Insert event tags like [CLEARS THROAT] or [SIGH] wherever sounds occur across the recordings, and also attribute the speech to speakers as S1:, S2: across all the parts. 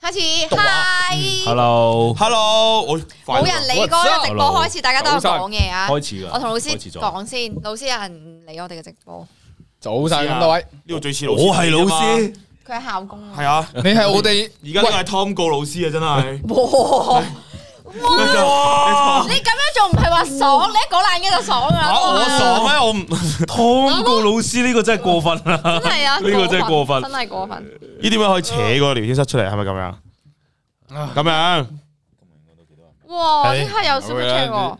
S1: 開始
S2: 讀話
S1: ，hi，
S3: Hello，
S2: Hello，我啊
S1: 冇人理嗰個直播開始，大家都有講嘢啊。
S3: 開始噶，
S1: 我同老師
S3: 開始咗，
S1: 講先，老師有人唔理我哋嘅直播，
S4: 早晒咁多位，
S2: 呢度最似老師，
S3: 我係老，師，
S1: 佢係校工啊。
S2: 係啊，
S4: 你係我哋
S2: 而家都係 Tom 告老師啊，真係。
S1: 哇！
S2: 哇！
S1: 你咁樣仲唔係話爽？你一講爛嘢就爽噶啦。
S2: 我爽咩？ [LAUGHS] 我唔呢
S3: 湯告老師呢個真係過分
S4: [LAUGHS]
S3: 啦，
S1: 真係啊！
S3: 呢個真係過分
S1: 真係過分。
S2: 啲位可以扯個聊天室出嚟，係咪咁樣？咁樣，
S1: 哇！
S3: 係
S1: 呢刻有 super chat 喎。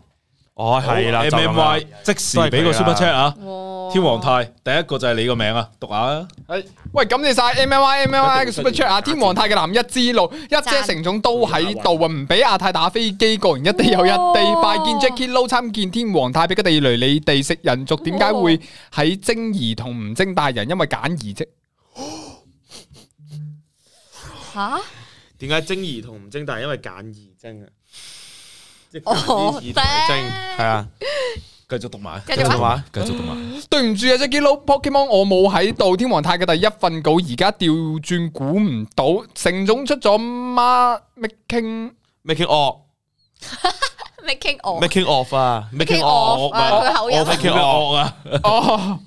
S2: 哦，係啦，就咁
S3: M
S2: 樣
S3: Y 即時俾個 super chat 啊！
S1: 哇！
S3: 天皇太第一個就係你個名啊，讀下啊！
S4: 係喂，感謝晒 M L Y M L Y 嘅 Super Chat 啊！天皇太嘅男一之路，一姐
S1: 讚
S4: 成種都喺度啊！唔俾亞太打飛機，過完一地又一地。
S1: 哇
S4: 拜見 Jackie Lou 參見天皇太，俾個地雷你哋食人族，點解會喺精兒同唔精大人？因為揀兒啫。
S1: 吓？
S2: 點解精兒同唔精？但係因為揀兒精啊，即係
S1: 哦
S2: 兒同精，係啊，
S3: 繼續讀埋，
S1: 繼續啊
S3: 埋，繼續讀埋。
S4: 對唔住啊，Jackie Lou Pokemon 我冇喺度。天皇太嘅第一份稿而家調轉估唔到，成種出咗媽 making。
S2: making off，making
S1: 咩傾我？
S2: off 啊
S1: Making off 啊佢口音
S2: 我 making off 啊，
S4: 哦，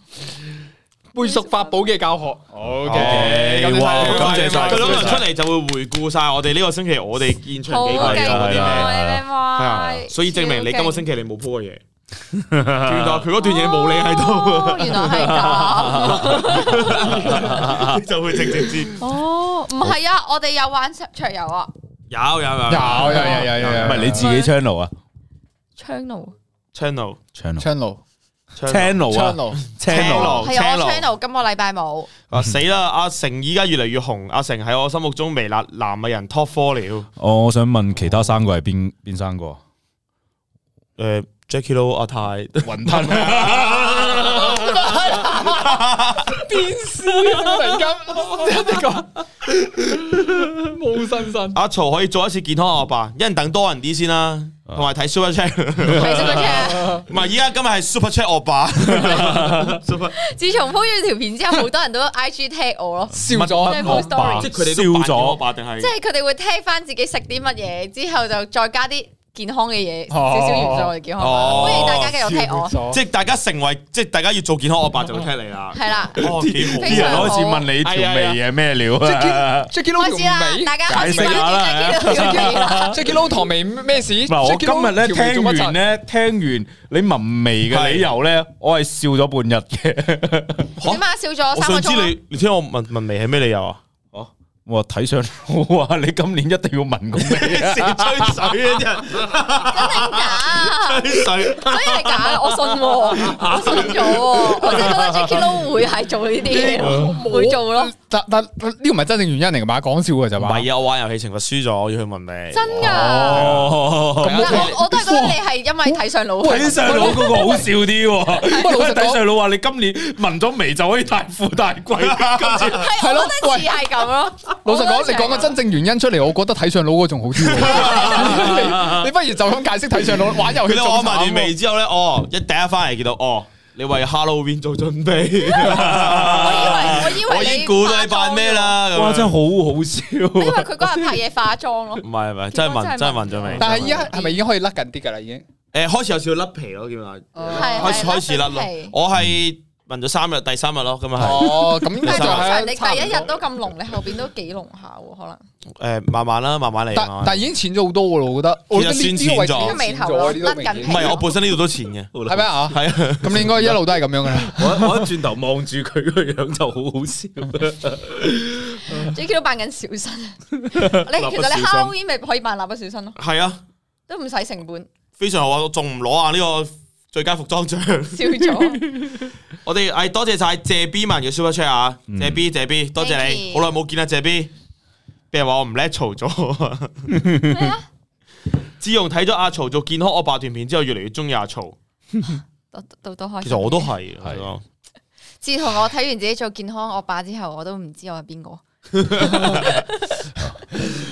S4: 背熟法寶嘅教學。O
S3: OK，哇感謝晒
S2: 啊佢
S3: 感
S2: 兩
S3: 謝
S2: 個
S3: 晒
S2: 人出嚟就會回顧晒我哋呢個星期我哋現場
S1: 好
S2: 幾
S1: 勁
S2: 個
S1: 喎！
S2: 人做過啲
S3: 係啊
S2: 咩，
S1: 你咪
S2: 所以證明你今個星期你冇 po 嘅嘢。原來佢嗰段嘢冇你喺
S1: [LAUGHS] 哦
S2: 度，
S1: 原來係咁。
S2: [LAUGHS] 就會直接知。
S1: 哦，唔係啊，我哋有玩桌遊啊
S2: 有有有
S4: Oh，有有有有有
S3: 唔
S4: 有，
S3: 係你自己 channel 啊
S1: ，channel
S2: channel
S3: ，channel 啊
S4: channel
S3: channel 啊
S4: channel
S2: channel
S1: 係啊我
S2: 哦 channel
S1: channel 今個禮拜
S2: [LAUGHS]
S1: 冇，
S2: 啊死啦！阿成依家越嚟越紅，阿成喺我心目中微辣男藝人 top four 了。
S3: 哦我想問其他三個係邊邊三個？
S2: 誒 Jackie Lou 阿泰
S3: 雲吞
S4: 啊突然間一直講 [LAUGHS] 冇身身，
S2: [LAUGHS] 阿曹可以做一次健康阿爸，一人等多人啲先啦，同埋睇 Super Chat。 [LAUGHS]
S1: 係做乜嘢？
S2: 唔係依家今日係 Super Chat 惡霸，Super
S1: 自從 po 咗條片之後，好多人都 IG tag 我咯，
S2: [LAUGHS]
S4: 笑
S1: 即係
S4: 咗
S1: post story，
S2: 即係佢哋
S3: 啊燒
S2: 都扮
S3: 咗
S2: 咗惡霸定係
S1: 即係佢哋會 tag 翻自己食啲乜嘢，之後就再加啲健康嘅嘢，
S4: 哦
S1: 少少元素我哋健康。
S2: 哦
S1: 歡迎大家繼續 tag 我，
S4: 咗
S2: 即係大家成為即係大家要做健康惡霸就會踢你啦。
S1: 哦係啦，
S2: 哦， [LAUGHS] 幾好
S1: 非
S3: 啲
S1: 常
S3: 人
S1: 好
S3: 開始問你條眉係咩料啊？
S4: Jackie Lou
S1: 開始啦
S4: 條，尾
S1: 大家開始
S3: 解釋下啦
S2: [LAUGHS]
S1: 啦。
S4: ，Jackie Lou 唐眉咩事？
S3: 嗱，我
S4: Jackie Lou
S3: 今日咧
S4: 條眉
S3: 聽
S4: 做乜柒
S3: 完，咧，聽完你紋眉嘅理由咧，我係笑咗半日嘅。 [LAUGHS]
S1: 點啊？少咗
S2: 我
S1: 三個
S2: 想知
S1: 鐘啊！
S2: 你，你聽我問問眉係咩理由 [LAUGHS] 啊？
S3: 我話睇相好啊，你今年一定要紋個 [LAUGHS] 眉啊！
S2: 成吹水啊！
S1: 真定假啊？
S2: 真係吹 [LAUGHS] 水。
S1: 所以係假，我信喎，我信咗喎，我真係覺得 Jackie Lou 會係做呢啲嘢，會做咯，
S4: 但但呢個唔係真正原因嚟噶嘛？講笑嘅咋
S2: 唔
S4: 嘛？
S2: 係啊，我玩遊戲懲罰輸咗，我要去問眉。
S1: 真㗎。
S3: 啊哦，
S1: 但我我都係覺得你係因為睇上腦，
S3: 睇相佬嗰個好笑啲喎，
S4: 喂
S3: 因
S4: 老
S3: 為
S4: 實
S3: 睇
S4: 講
S3: 相佬話你今年紋咗眉就可以大富 [LAUGHS] 大貴，今次
S1: 係
S4: 係咯
S1: 我覺得似係咁咯。
S4: 老實講，你講個真正原因出嚟，我覺得睇上腦嗰仲
S3: [LAUGHS]
S4: 好啲喎。你你不如就咁解釋睇上腦玩遊
S2: 佢
S4: 戲
S2: 咧
S4: 哦仲
S2: 我問
S4: 慘
S2: 完眉
S4: 喎。
S2: 之後咧，哦，一第一翻嚟見到，哦，你為 Halloween 做準備。
S1: 我以為我以為
S2: 我已
S1: 你
S2: 經估到你扮咩啦。咁樣
S3: 哇真係好好
S1: 因為
S3: 笑。
S1: 佢嗰日拍嘢化妝
S2: [LAUGHS]
S1: 咯。
S2: 唔係唔係，真係問真係問咗眉。
S4: 但係依
S1: 哦
S4: 家係咪已經可以甩緊啲㗎啦？已經
S2: 誒開始有少少甩皮咯，基本上
S1: 哦係
S2: 開始開始甩咯。我係問咗三日，第三日咯，咁啊
S4: 哦，咁應該
S1: 但係
S4: 就
S1: 通常
S4: 係
S1: 你第一日都咁濃，你後邊都幾濃下喎，可能。
S2: 係誒慢慢啦，慢慢嚟。慢
S4: 但
S2: 慢嚟
S4: 但已經淺咗好多噶咯，我覺得。我覺得呢呢個位置
S2: 其實
S1: 算淺咗
S4: 呢個明
S1: 甩
S4: 顯
S1: 緊
S2: 唔係我本身呢度都錢嘅，
S4: 係咩啊？
S2: 係啊，
S4: 咁你應該一路都係咁樣噶啦。
S3: [LAUGHS] 我我一轉頭望住佢個樣就好好笑。
S1: J.K. 都扮緊小新，你其實你 Halloween 咪可以扮蠟筆小新咯，
S2: 係啊，
S1: 都唔使成本，
S2: 非常好啊！我仲唔攞啊呢個最佳服裝獎？
S1: 笑咗。
S2: 我哋誒多謝晒謝 B 文嘅 super chat 啊，謝 B 謝 B，多謝
S1: Thank
S2: 你，
S1: you
S2: 好耐冇見啦啊謝 B，俾人話我唔叻嘈咗。
S1: 咩啊？
S2: [LAUGHS] 自從睇咗阿曹做健康惡霸段片之後，越嚟越中意阿曹。
S1: 都都都開
S2: 其
S1: 心。
S2: 實我都係，
S3: 係
S2: 係
S1: 自從我睇完自己做健康惡霸之後，我都唔知我係邊個。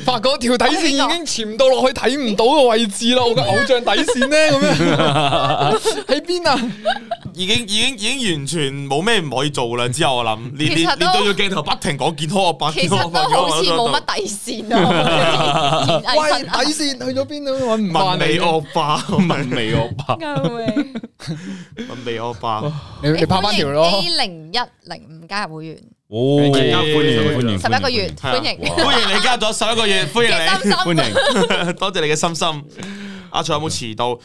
S4: 發覺條底線已經潛到落去睇唔到嘅位置啦，我嘅偶像底線咧咁樣喺邊啊？
S2: 已經已經已經完全冇咩唔可以做啦。之後我諗，連
S1: 其實
S2: 連連
S1: 都
S2: 對住鏡頭不停講健康惡
S3: 啊
S2: 霸，
S1: 其
S2: 健
S1: 實都
S2: 康惡霸
S1: 好似冇乜底線啊！我覺得
S4: 喂，
S1: 演藝
S4: 底線去咗邊度？搵唔
S2: 文
S4: 翻
S2: 美
S4: 你
S2: 惡霸，文
S3: 文美我爸，
S1: 生
S2: [LAUGHS]
S1: [LAUGHS]
S2: 文美惡霸，
S4: 你你拍翻條咯
S1: A 零一零五加入會員，
S3: 哦，歡迎歡迎，
S1: 十一個月
S3: 嗯歡迎
S1: 歡迎，
S3: 哇
S2: 歡迎你加入咗十一個月，歡
S1: [LAUGHS]
S2: 迎你。
S1: 心
S3: 歡迎，
S2: 多謝你嘅心心。阿曹有冇遲到？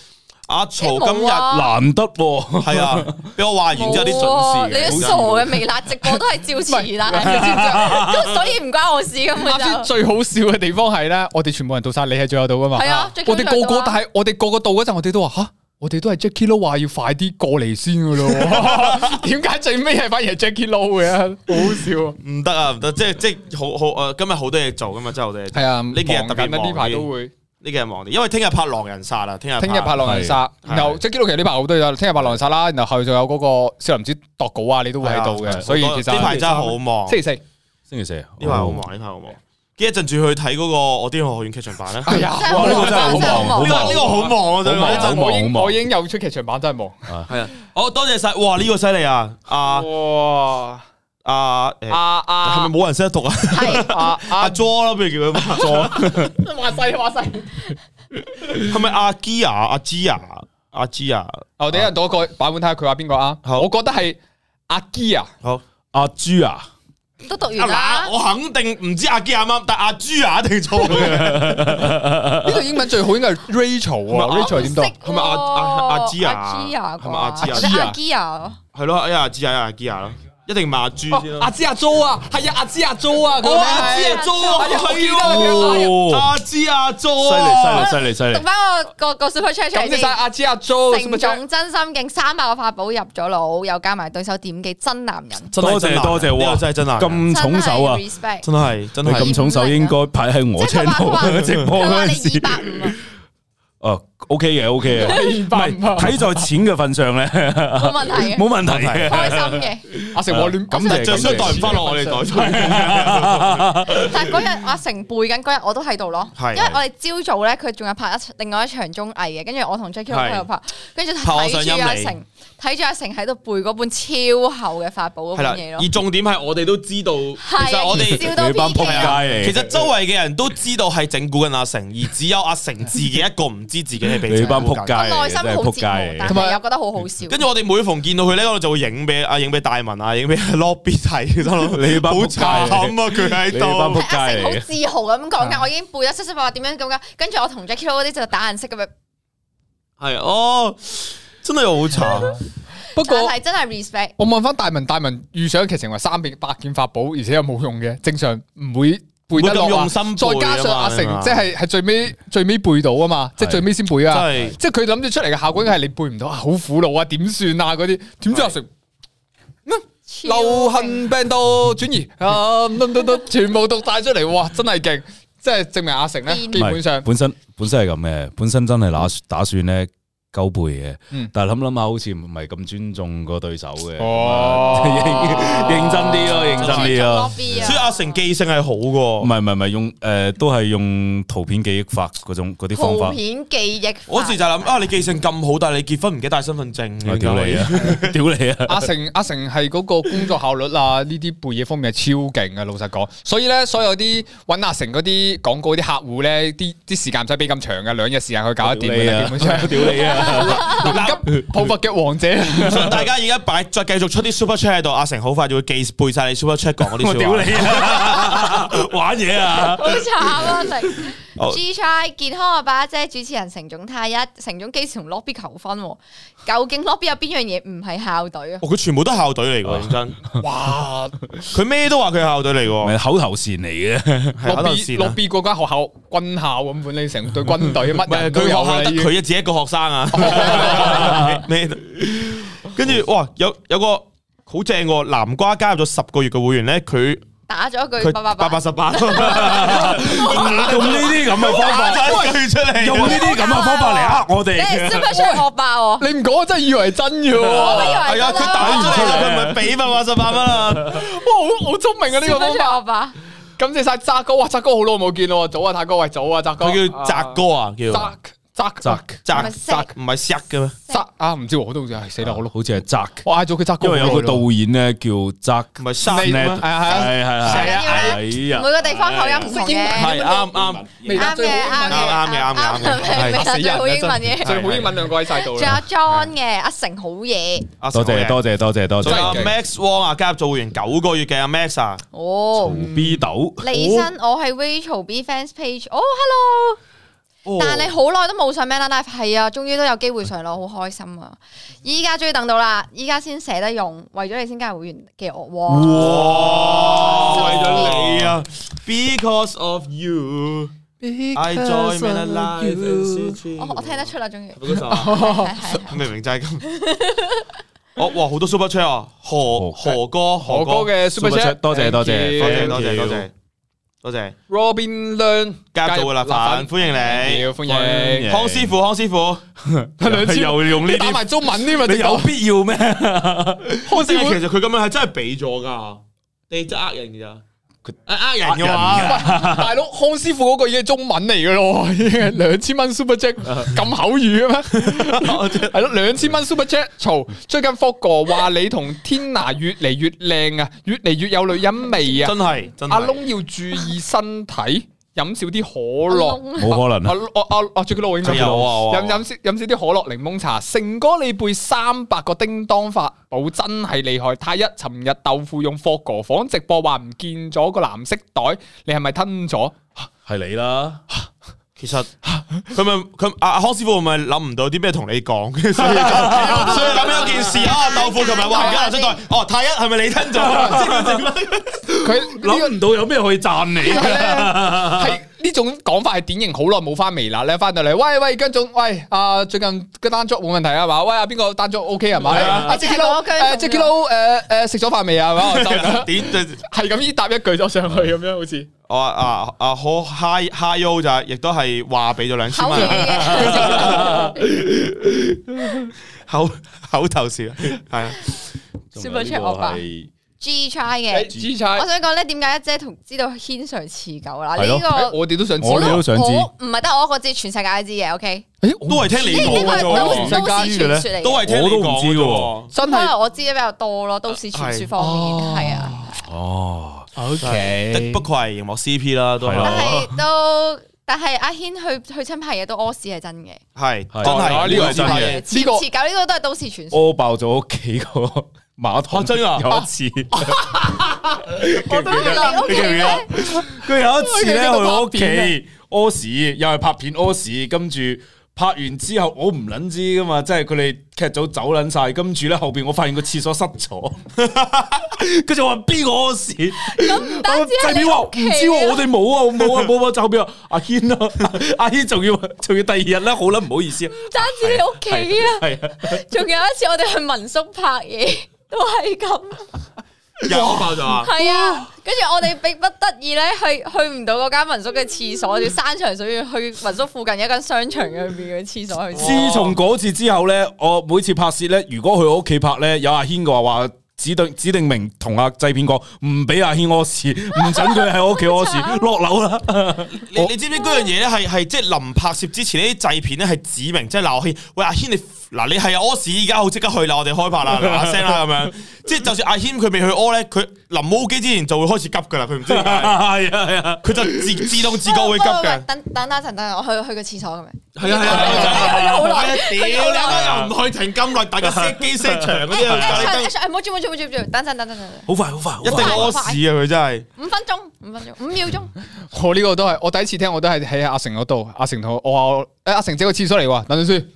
S2: 阿曹
S1: 欸
S2: 今日
S1: 冇啊
S3: 難得喎，
S1: [LAUGHS]
S2: 係啊，俾我話完之後有啲準時嘅，
S1: 啊你都傻
S2: 好
S1: 嘅，微辣直播都係照遲啦， [LAUGHS] 咁所以唔關我事根本
S4: 啱先
S1: 就
S4: 最好笑嘅地方係咧，我哋全部人到晒，你係最後到噶嘛？
S1: 係啊最緊要
S4: 我哋個個
S1: 到啊
S4: 但係我哋個個到嗰陣，我哋都話吓，我哋都係 Jackie Lou 話要快啲過嚟先噶咯。 [LAUGHS] 點解最尾係反而係 Jackie Lou 嘅？好好笑啊！
S2: 真唔得啊，唔得，即係即係好好誒，今日好多嘢做噶嘛，真係好多嘢做。
S4: 係啊，
S2: 呢幾日特別
S4: 忙緊啊
S2: 忙
S4: 呢排都會。
S2: 呢幾日忙啲，因為聽日拍狼人殺啊啦，聽日
S4: 聽日拍狼人殺，
S2: 係
S4: 然後即係基佬其實呢排好多嘢，聽日拍狼人殺啦，然後後仲有嗰個少林寺度稿啊，你都會喺度
S2: 係
S4: 嘅，
S2: 啊
S4: 所以其實
S2: 呢排真係好忙，呢
S4: 星期四，
S3: 星期四，呢
S2: 排好忙，呢排好忙。跟住一陣住去睇嗰個我啲學院劇場版啦，
S4: 哎呀，
S1: 真係
S3: 哇
S1: 好
S3: 呢個
S1: 忙，
S3: 真係好忙
S2: 呢個呢個好忙啊，真
S3: 好忙
S2: 係
S3: 好忙
S4: 我已經我已經有出劇場版，真係忙。
S2: 係啊，哦多謝晒，哇呢個犀利啊，阿
S4: 哇！
S2: 阿誒
S4: 啊
S2: 係
S4: 啊
S2: 咪冇人識得讀啊？
S1: 係
S4: 啊
S2: 阿
S4: 啊！
S2: Jo 啦，不如叫佢阿 Jo，
S4: [LAUGHS] 話細話細，
S2: 係咪阿 Gia 啊阿 Gia 阿 Gia？啊
S4: 我哦哋一人讀一個版本睇下佢話邊個啊？
S2: 好
S4: 我覺得係阿基啊，
S2: 好。
S3: 阿朱啊，
S1: 都讀
S2: 阿
S1: 完啦
S2: 嗱，，我肯定唔知阿基啱唔啱，但阿朱啊一定錯嘅。
S4: 呢個英文最好應該係 Rachel 啊
S2: 唔係
S4: ，Rachel 點讀？
S2: 係咪阿阿阿阿芝啊
S1: 阿芝啊，
S2: 係咪阿芝啊
S1: 阿芝啊，
S2: [LAUGHS] 係咯，哎呀阿朱啊，阿基啊咯，一定哦罵阿朱先咯。
S4: 芝阿 Jo 啊，係啊，阿芝阿 Jo 啊，
S2: 哦阿芝啊
S1: 係
S2: ，Jo 啊，
S1: 係啊
S4: 我記
S2: 係
S4: 得啦
S2: 喎，
S3: 哦
S2: 阿朱啊，Jo 啊，
S3: 犀利犀利犀利犀
S1: 讀
S3: 利，
S1: 翻個個個 super chat 出嚟
S4: 感謝晒
S1: 先。
S4: 阿芝阿 Jo，
S1: 成總真心勁三百個法寶入咗腦，又加埋對手點嘅真男人，
S2: 真係
S3: 多
S2: 真
S3: 謝
S2: 難
S3: 多謝，
S2: 呢個
S3: 哇，
S2: 真係真難，
S3: 咁重手啊！
S1: 真係！respect，
S2: 真係真
S3: 你
S2: 係
S3: 咁重手應該排喺我
S1: 即係佢話
S3: [LAUGHS]
S1: 佢話
S3: channel 直播
S1: 佢話
S3: 嗰
S1: 你
S3: 陣時
S1: 二，百五啊。
S3: 哦，OK
S1: [LAUGHS]
S3: 嘅 OK 嘅，
S4: 明白
S3: 唔係睇在錢嘅份上咧，
S1: 啊冇問題嘅，
S3: [LAUGHS] 冇問題嘅。
S1: 開心嘅。
S4: 阿成我亂
S3: 感
S4: 咁
S3: 謝
S2: 着數袋唔翻落我哋袋度。
S1: 但係嗰日阿成背緊嗰日我都喺度咯，
S2: 係
S1: 因為我哋朝早咧佢仲有拍一另外一場綜藝嘅，跟住我同 Jackie 喺度拍，跟住
S2: 拍我想
S1: 睇
S2: 陰
S1: 住
S2: 你
S1: 阿成睇住阿成喺度背嗰本超厚嘅法寶嗰
S2: 係啦
S1: 本嘢，
S2: 而
S1: 咯，
S2: 重點係我哋都知道，其
S1: 係啊
S2: 實我哋
S1: 而。笑到
S3: 你班仆
S1: PK
S3: 街
S1: 啊！
S3: 嚟，
S2: 其實周圍嘅人都知道係整蠱緊阿成，而只有阿成自己一個唔知自己係被整蠱緊
S3: 你班仆街
S1: 我
S3: 嚟，
S1: 啊內心
S3: 真係
S1: 好折
S3: 仆
S1: 磨，
S3: 街
S1: 但
S3: 嚟。
S1: 係又覺得好好笑。
S2: 跟住我哋每逢見到佢咧，我哋就會影俾啊，影俾大文啊，影俾 lobby 睇，心
S3: [LAUGHS]
S2: 諗
S3: 你班
S2: 好
S3: 仆街
S2: 慘啊！佢喺
S3: 你班仆，
S2: 度
S1: 阿成好
S3: 街嚟
S1: 自豪咁講緊，我已經背得七七八八點樣咁樣，跟住我同 Jackie 嗰啲就打顏色咁樣，
S2: 係哦，真係好慘。
S4: 不
S1: 但
S4: 過
S1: 係真係 respect。
S4: 我問翻大文，大文遇上劇情話三百件法寶，而且又冇用嘅，正常唔會背
S2: 唔會
S4: 得落
S2: 咁
S4: 啊
S2: 用心背
S4: 再
S2: 啊嘛
S4: 加上阿成
S2: 係嘛，
S4: 即係係最尾最尾背到啊嘛，即係
S3: 係
S4: 最尾先背啊
S2: 真係。
S4: 即係佢諗住出嚟嘅效果應該係你背唔到啊，好苦惱啊，點算啊嗰啲。點知阿成
S1: 啊
S4: 流行病毒轉移啊， [LAUGHS] 咁咁咁全部讀晒出嚟，哇！真係勁，即係證明阿成咧，
S1: 癲
S4: 基本上
S3: 唔係本身本身係咁嘅，本身真係打打算咧鳩背嘅，
S4: 嗯
S3: 但係諗諗下好似唔係咁尊重個對手嘅，
S4: 哦
S3: 咁啊 [LAUGHS] 認認真啲咯，認真啊啲咯。
S1: 啊
S2: 所以阿成記性係好嘅
S3: 唔。係唔係唔係用誒，都係用圖片記憶法嗰種嗰啲方
S1: 圖
S3: 法。
S1: 片記憶法，
S2: 我嗰時就諗啊，你記性咁好，但係你結婚唔記得帶身份證，
S3: 我屌你啊！ [LAUGHS] 屌你啊！
S4: 阿成阿成係嗰個工作效率啊， [LAUGHS] 呢啲背嘢方面係超勁嘅，老實講。所以咧，所有啲揾阿成嗰啲廣告啲客戶咧，啲啲時間唔使俾咁長嘅，兩日時間佢搞得掂嘅啦，基本
S2: [LAUGHS]
S4: 上。
S3: 屌你啊！
S4: 急抱佛腳王者，
S2: 想大家而家擺再繼續出啲 super chat 喺度，阿成好快就會記背晒你 super chat 講嗰
S3: [LAUGHS]
S2: 啲
S3: 我
S2: 説
S3: 屌
S2: 話。
S3: 你啊！ [LAUGHS] 玩嘢啊！
S1: 好慘啊！成
S2: 哦
S1: G Try 健康阿爸姐主持人成總太一，成總幾時同 Lobby 求婚喎？究竟 Lobby 有邊樣嘢唔係校隊啊？
S2: 哦佢全部都係校
S3: 哦
S2: 隊嚟嘅，認真。
S4: 哇！
S2: 佢咩都話佢係校隊嚟嘅，
S3: 咪口頭禪嚟 [LAUGHS] 嘅，
S2: 係
S4: 落
S2: 考頭
S4: B
S2: 線
S4: 落
S2: 啊。
S4: B 嗰間學校軍校咁本，你成隊軍隊
S2: 唔
S4: 乜
S2: 係佢
S4: 人都
S2: 學
S4: 有
S2: 校
S4: 啦
S2: 得
S4: 已經
S2: 佢一自己一個學生啊，咩都跟住哇有有個好正喎，南瓜加入咗十個月嘅會員咧，佢
S1: 打咗一句
S2: 佢
S1: 八八
S2: 八八
S1: 八，
S2: 十八，
S3: 用呢啲咁
S2: [LAUGHS]
S3: 嘅方 [LAUGHS] 法，
S2: 打咗一句出
S3: 用呢
S2: 嚟，
S3: 啲咁嘅方法嚟呃我
S1: 你
S3: 哋
S1: 係
S3: 嘅。
S1: Super Chat 學霸喎！
S4: [LAUGHS] 你唔講，我真係以為係真
S2: [LAUGHS]
S4: 嘅喎。
S1: 我以
S4: 哇！
S2: 係
S1: 為
S2: 啊，佢打完出嚟
S1: 嚟
S2: 啦，佢咪俾八八十八蚊啦，
S4: 好好聰明啊呢個方
S1: Super
S4: 法
S1: Chat 學霸，
S4: 感謝晒澤哥，哇！澤哥好耐冇見咯，早啊，泰哥，喂，早啊，澤哥，
S2: 佢叫澤哥啊，叫
S4: 澤澤
S3: 澤
S4: 澤
S1: 唔係
S2: 澤
S1: 澤
S2: 唔係石嘅咩？
S4: 澤啊，唔知喎，我都好似係死啦，我碌，
S3: 好似係扎，
S4: 我嗌咗佢澤哥
S3: 啊哦因為
S4: 好耐咯，
S3: 有個導演咧叫扎，
S2: 唔係沙咩？
S4: 咩係啊係
S1: 係啊
S3: 係係係
S1: 每
S3: 啊，
S1: 個地方口音唔同
S4: 英文
S1: 嘅。
S2: 係啱啱
S4: 未
S1: 啱嘅，
S4: 得最
S1: 啱
S4: 好
S1: 嘅，
S4: 英文
S2: 啱嘅啱嘅啱
S1: 未
S2: 嘅係
S4: 嚇
S1: 得
S4: 死
S1: 最
S4: 人
S1: 好英文
S4: 嘅，
S1: 嘅。
S4: 最好英文兩個喺晒度
S1: 仲有
S4: 啦，
S1: John 嘅，阿成好嘢，
S2: 阿
S3: 多謝多謝多謝多
S2: 仲有
S3: 謝
S2: 阿
S4: 真係勁
S2: Max Wong 啊，加入做完九個月嘅阿 Max 啊，
S1: 哦，
S3: B 豆
S1: 李生，我係 Rachel B fans page，哦，hello。但係你好耐都冇上 Man Life，係啊，終於都有機會上啦，好開心啊！依家終於等到啦，依家先捨得用，為咗你先加入會員嘅我，哇！
S2: 哇，為咗你啊，Because of you，I join man alive and see
S1: 哦我我聽得出啦，終於
S2: 嗰首
S1: [LAUGHS]
S2: 啊
S1: 係係
S2: 明明就係咁。哦，哇，好多 super chat 啊！何何哥，
S4: 何哥嘅 super
S3: Super
S4: chat，
S3: chat，多謝多謝
S4: thank
S2: 多
S4: you
S2: 謝多
S3: Thank
S2: 謝
S3: you
S2: 多謝多謝，
S4: Robin Leung
S2: 加入做嘅立飯，歡迎你，
S4: 歡迎，
S2: 康師傅，康師傅，
S4: 兩千
S3: 哦又用呢
S4: 打
S3: 啲，
S4: 埋中文添啊，
S3: 你
S4: 直
S3: 有
S4: 頭
S3: 必要咩？
S2: 即係
S4: 康師傅
S2: 其實佢咁樣係真係俾咗㗎，你真係呃人㗎咋？
S4: 呃人
S3: 㗎嘛
S4: 大佬康師傅嗰個已經係中文嚟噶咯，已經係兩千蚊 super jack 咁口語嘅咩？係咯，兩千蚊 super jack 嘈，最近福哥話你同天娜越嚟越靚啊，越嚟越有女人味啊
S2: 真，係真
S4: 阿
S2: 係。
S4: 窿要注意身體，飲少啲可樂。
S1: 窿
S3: 冇可能
S4: 啊
S3: 啊！
S4: 我我我最記得我應該
S2: 有啊有啊
S4: 飲飲少飲少啲可樂檸檬茶。成哥你背三百個叮當法寶真係厲害！太一尋日豆腐用霍哥房直播話唔見咗個藍色袋，你係咪吞咗？
S3: [LAUGHS] 係你啦，
S2: 其實 [LAUGHS] 佢咪佢阿阿康師傅咪諗唔到啲咩同你講，所以就所以諗有件事啊，豆腐琴日話唔記得拿出袋，哦太一係咪你吞咗？
S4: 佢呢
S3: 唔到有咩可以讚你
S4: 個係呢種講法係典型，好耐冇翻微辣咧，翻到嚟喂喂姜總，喂啊最近個單 job 冇問題啊嘛？喂啊邊個單 job OK 係嘛？
S2: 係啊
S4: 阿 Jacky Lou
S1: 我聽講
S4: 誒 Jacky Lou 誒誒食咗飯未啊？係嘛我就
S2: 點？
S4: 係咁依答一句咗上去咁樣，好似。
S2: 我啊啊好 high high O 就係亦都係話俾咗兩千
S1: 口語
S2: 蚊
S1: 嘅
S2: 口口頭笑，係啊
S1: Super Chat 我吧 G try 嘅。
S4: G
S1: 我想講咧，點解一姐同知道軒 Sir 持久啦？呢
S3: 係咯
S4: 誒
S1: 個
S4: 我哋都想知。
S3: 我哋都想知
S1: 我唔係得我一個知，全世界都知嘅。OK，
S2: 都係聽你
S1: 呢呢
S2: 講
S1: 個
S2: 嘅
S1: 係
S2: 啫
S1: 都
S2: 喎
S1: 都市傳說嚟
S2: 都
S1: 嘅，
S2: 係聽你
S3: 我都唔
S2: 講
S3: 知
S2: 嘅
S3: 嘅
S2: 啫
S3: 喎
S4: 真
S1: 可能
S4: 係
S1: 我知得比較多咯，都市傳說方面係啊。
S3: 哦，
S2: 喎，的不愧係熒幕 CP 啦，都係
S3: 係
S1: 但
S3: 啦
S1: 係都，但係阿軒去去親朋嘢都屙屎係真嘅，
S2: 係
S3: 係
S2: 真係
S3: 啊呢個係真嘅
S2: 係
S1: 持
S4: 呢個
S1: 持久呢個都係都市傳說。
S3: 屙爆咗屋企個馬桶，
S2: 真㗎
S3: 有一 [LAUGHS] 次。
S1: 我都係啦，屋企咧，
S3: 佢有一次咧去我屋企屙屎，又係拍片屙屎，跟住拍完之後我唔捻知噶嘛，即係佢哋劇組走捻晒，跟住咧後邊我發現個廁所塞 [LAUGHS] 咗，佢就話邊個屙屎？啊
S1: 咁唔單止
S3: 製
S1: 係
S3: 片
S1: 你
S3: 話
S1: 屋
S3: 唔
S1: 企
S3: 知喎，
S1: 啊
S3: 我哋冇啊，冇啊，冇啊，就後邊話阿軒啦，阿軒仲 [LAUGHS] 要仲要第二日咧，好啦，唔好意思啊，
S1: 唔單止你屋企啊，
S3: 係啊，
S1: 仲有一次我哋去民宿拍嘢。都係咁，
S2: 又爆咗啊！
S1: 係啊，跟住我哋逼不得已咧，去去唔到嗰間民宿嘅廁所，要山長水遠去民宿附近一間商場入邊嘅廁所去。
S3: 自從嗰次之後咧，我每次拍攝咧，如果去我屋企拍咧，有阿軒嘅話話指定指定明同阿製片講，唔俾阿軒屙屎，唔準佢喺我屋企屙 [LAUGHS] 屎，落樓啦。
S2: 你你知唔知嗰樣嘢咧？係係即係臨拍攝之前呢啲製片咧係指明，即係鬧阿軒，喂阿軒你嗱你係屙屎，依家好即刻去啦，我哋開拍 [LAUGHS] 啦，嗱嗱聲啦咁樣。即係就算阿軒佢未去屙咧，佢臨踎機之前就會開始急噶啦，佢唔知點 [LAUGHS]
S3: 係
S2: 解，
S3: 啊係啊，
S2: 佢就自自動自覺會急
S1: 喂喂喂
S2: 嘅。
S1: 等等等一陣，等一陣我去去個廁所咁樣。
S2: 係啊係啊係啊，屌你媽又唔去停咁耐，大家 set 機 set 場嗰啲
S1: 哎
S2: 啊，
S1: 哎唔好住唔好住唔好住唔好住，等陣等陣等陣。
S3: 好快好快，好
S2: 一定
S3: 快
S2: 屙屎啊！佢真係
S1: 五分鐘，五分鐘，五秒鐘。
S4: 我呢個都係我第一次聽，我都係喺阿成嗰度。阿成同我我話誒，阿成借個廁所嚟喎，等陣先。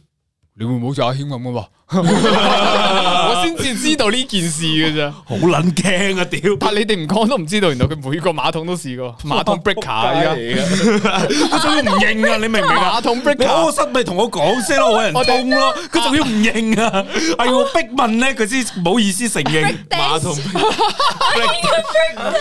S4: 你會唔會好似阿軒咁嘅喎？ [LAUGHS] 我先至知道呢件事嘅咋。
S3: 好撚驚啊屌！
S4: 但你哋唔講都唔知道，原來佢每個馬桶都試過馬桶 breaker 而家
S3: 佢仲要唔認啊，你明唔明啊
S4: 馬？桶
S3: 你
S4: breaker
S3: 屙室咪同我講聲咯，我人通咯，佢仲要唔認啊，係要我逼問咧，佢先唔好意思承認。[LAUGHS]
S2: 馬桶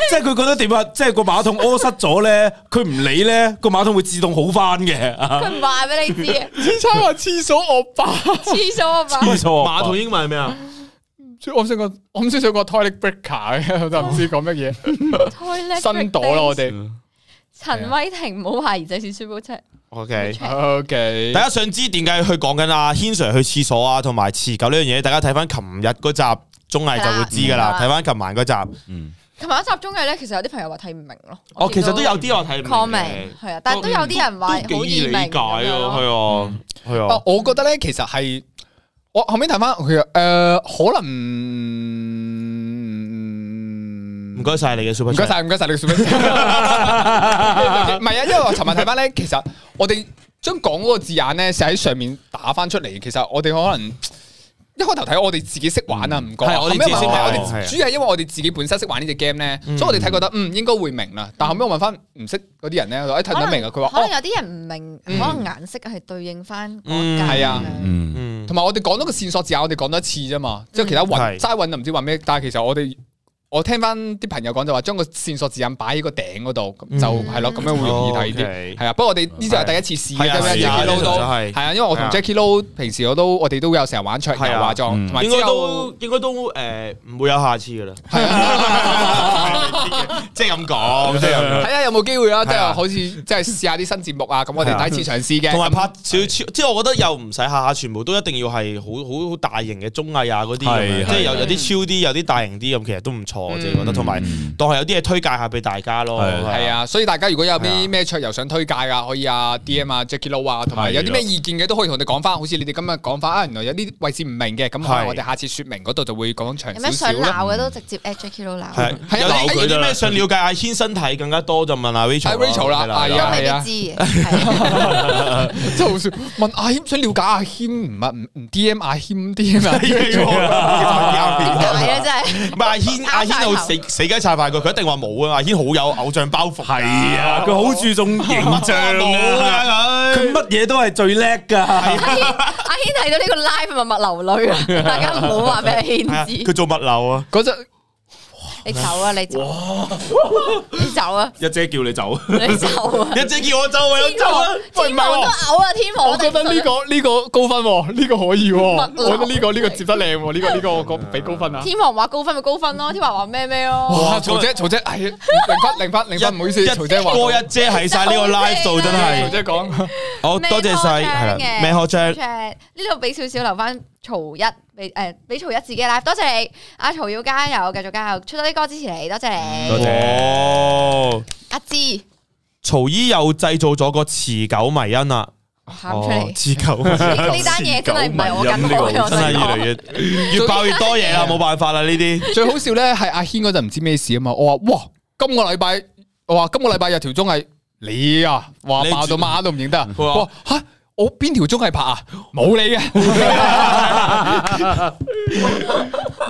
S3: 即係佢覺得點啊？即係個馬桶屙塞咗咧，佢唔理咧，個馬桶會自動好翻 [LAUGHS] 嘅。
S1: 佢唔話俾你知啊，
S4: 之差話廁所惡霸，
S1: 廁所啊嘛。
S3: 冇錯，
S2: 馬桶英文係咩啊？
S4: 我想講，我唔知想講 toilet breaker 嘅，我就唔知講乜嘢。新朵啦，我哋。
S1: 陈威霆唔好怀疑这是 super chat，
S2: OK。
S4: O K，
S2: 大家想知點解佢講緊啊軒 Sir 去廁所啊，同埋持久呢樣嘢，大家睇翻琴日嗰集綜藝就會知噶
S1: 嗯
S2: 啦，
S1: 係啊
S2: 睇
S1: 啦
S2: 翻琴晚嗰集，
S3: 嗯，
S1: 琴日一集綜藝咧，其實有啲朋友話睇唔明咯。
S2: 哦，其實都有啲我睇唔
S1: comment
S2: 明嘅
S1: 係啊，但係都有啲人話
S2: 都
S1: 好
S2: 幾易
S1: 易
S2: 理
S1: 明
S2: 解啊，
S1: 咁樣咯哦
S2: 係啊，係啊，
S4: 我覺得咧，其實係我後面睇翻佢誒，可能
S2: 唔該晒你嘅 super，
S4: 唔該
S2: chat，
S4: 晒，唔該晒你嘅 super，唔係啊，因為我尋日睇翻咧，其實我哋將講嗰個字眼咧，寫喺上面打翻出嚟，其實我哋可能。一開頭睇我哋自己識玩啊，唔覺啊。
S2: 嗯係我哋
S4: 後尾
S2: 自己識玩係
S4: 我
S2: 啊
S4: 哋主要係因為我哋自己本身識玩呢只 game 咧，所以我哋睇覺得嗯應該會明啦。但後尾我問翻唔識嗰啲人咧，我話哎睇唔睇明啊？佢話
S1: 可
S4: 哦
S1: 能有啲人唔明，可能
S4: 嗯
S1: 顏色係對應翻
S2: 嗯
S4: 係
S1: 係
S4: 啊
S3: 嗯，
S2: 嗯，
S4: 同埋我哋講到個線索字眼，我哋講多一次啫嘛，即係其他
S2: 係
S4: 揾齋揾就唔知揾咩，但係其實我哋我聽翻啲朋友講就話，將個線索字眼擺喺個頂嗰度，咁就係咯，咁樣會容易睇啲。
S2: 啲
S4: 係啊，不過我哋呢次係第一次試
S2: 嗯哦係
S4: 嘅
S2: 啊係啊
S4: 啫，Jackie Lou
S2: 呢個
S4: 都
S2: 就係
S4: 係啊，因為我同 Jackie Lou 平時我都我哋都有成日玩桌遊
S2: 係啊
S4: 化妝，
S3: 嗯
S4: 同埋
S2: 應
S4: 之
S2: 該
S4: 後
S2: 都應該都誒唔會有下次噶啦，
S1: 啊
S2: [LAUGHS] 即係咁講，即係咁講。
S4: 睇下有冇機會啦，即
S2: 係啊
S4: 係好似即係試下啲新節目啊，咁我哋第一次嘗試嘅，
S2: 同埋
S4: 咁
S2: 拍少少，即係我覺得又唔使下下全部都一定要係好好好大型嘅綜藝啊嗰啲咁樣，
S3: 係
S2: 即係有
S1: 係
S2: 有啲超啲，有啲大型啲咁，其實都唔錯，我自己覺得。
S4: 嗯
S2: 同埋當係有啲嘢推介下俾大家咯，
S3: 係
S4: 系啊，所以大家如果有
S2: 係啊
S4: 啲咩桌遊想推介啊，可以啊 D M 啊 Jackie Lou 啊，同埋有啲咩意見嘅都可以同我哋講翻，好似你哋今日講翻啊，原來有啲位置唔明嘅，咁可
S2: 係
S4: 能我哋下次說明嗰度就會講長
S1: 有
S4: 少
S1: 咩啊想
S4: 少啦。
S1: 鬧嘅都直接 at Jackie Lou 鬧，
S2: 係
S4: 係啊
S2: 有啲
S4: 鬧佢
S2: 有啲
S3: 得
S2: 咩
S3: 啦
S2: 想了解阿軒身體更加多就問阿 Rachel
S4: 係 Rachel 啦
S2: 係係
S4: 係
S1: 都
S4: 啊
S1: 未必知嘅係啊。
S4: 真係好笑，問阿謙想了解阿謙，唔係唔 D M 阿謙 D M 啊 [LAUGHS] 阿
S1: 點
S2: [LAUGHS] 唔
S1: 解咧？真係
S2: 係
S4: [LAUGHS]
S2: 阿軒，阿軒好死死雞晒快佢，佢一定話冇啊！阿軒好有偶像包袱，
S3: 系
S2: [LAUGHS]
S3: 啊，佢好注重形象
S2: 冇
S3: 啊，
S2: 啊
S3: 佢
S2: 佢。
S3: 乜嘢都系最叻
S4: 啊
S3: 噶，
S1: 阿軒睇到呢個 live 默默流淚
S4: [LAUGHS]
S1: 啊！大家唔好話俾阿
S2: 係啊
S1: 軒
S2: 佢
S1: 知，
S2: 做物流啊，
S4: 嗰陣
S1: 你走啊！你走，你走啊！
S3: 一姐叫你走，
S1: 你走
S4: [LAUGHS]
S1: 啊！
S2: 一姐叫我走啊，我
S1: 天
S2: 走啊
S1: [LAUGHS] 王，
S2: 喂唔
S1: 天
S2: 係
S1: 王
S2: 喎
S1: 都嘔啊！天王，
S4: 我覺得呢 [LAUGHS] 個呢個高分喎，呢個可以 [LAUGHS] 喎，我覺得呢個呢個接得靚喎，呢個呢個 [LAUGHS] 我講俾高分啊！
S1: 天王話高分咪高分咯，天王話咩咩咯，
S4: 哇，曹姐曹姐，哎呀，零分零分零分，唔好意思，曹姐話
S2: 哥一姐喺晒呢 [LAUGHS] 個 live 度真
S4: 曹
S2: 係，
S4: 姐講。
S2: 好多謝晒，係啦咩可張
S1: Chat，呢度俾少少留翻曹一俾誒俾曹一自己嘅 live，多謝你，阿曹要加油，繼續加油，出多啲歌支持你，多謝
S3: 多
S1: 你，
S3: 謝
S2: 哦，
S1: 阿芝
S2: 曹姨又製造咗個持久迷因啦，
S1: 喊出
S2: 哦
S1: 嚟，，
S2: 持久迷 [LAUGHS]
S1: 呢呢單嘢真係唔係我緊開，我
S2: 真
S1: 真
S2: 係越嚟
S1: 係
S2: 越越爆越多嘢 [LAUGHS] 啦，冇辦法啦呢啲，
S4: [LAUGHS] 最好笑咧係阿軒嗰陣唔知咩事啊嘛，我話哇，今個禮拜我話今個禮拜有條綜藝你啊，哇
S2: 你
S4: 爆到媽都唔認得啊，
S2: 話
S4: 我話吓我邊條綜藝拍啊？ [LAUGHS] 冇你嘅，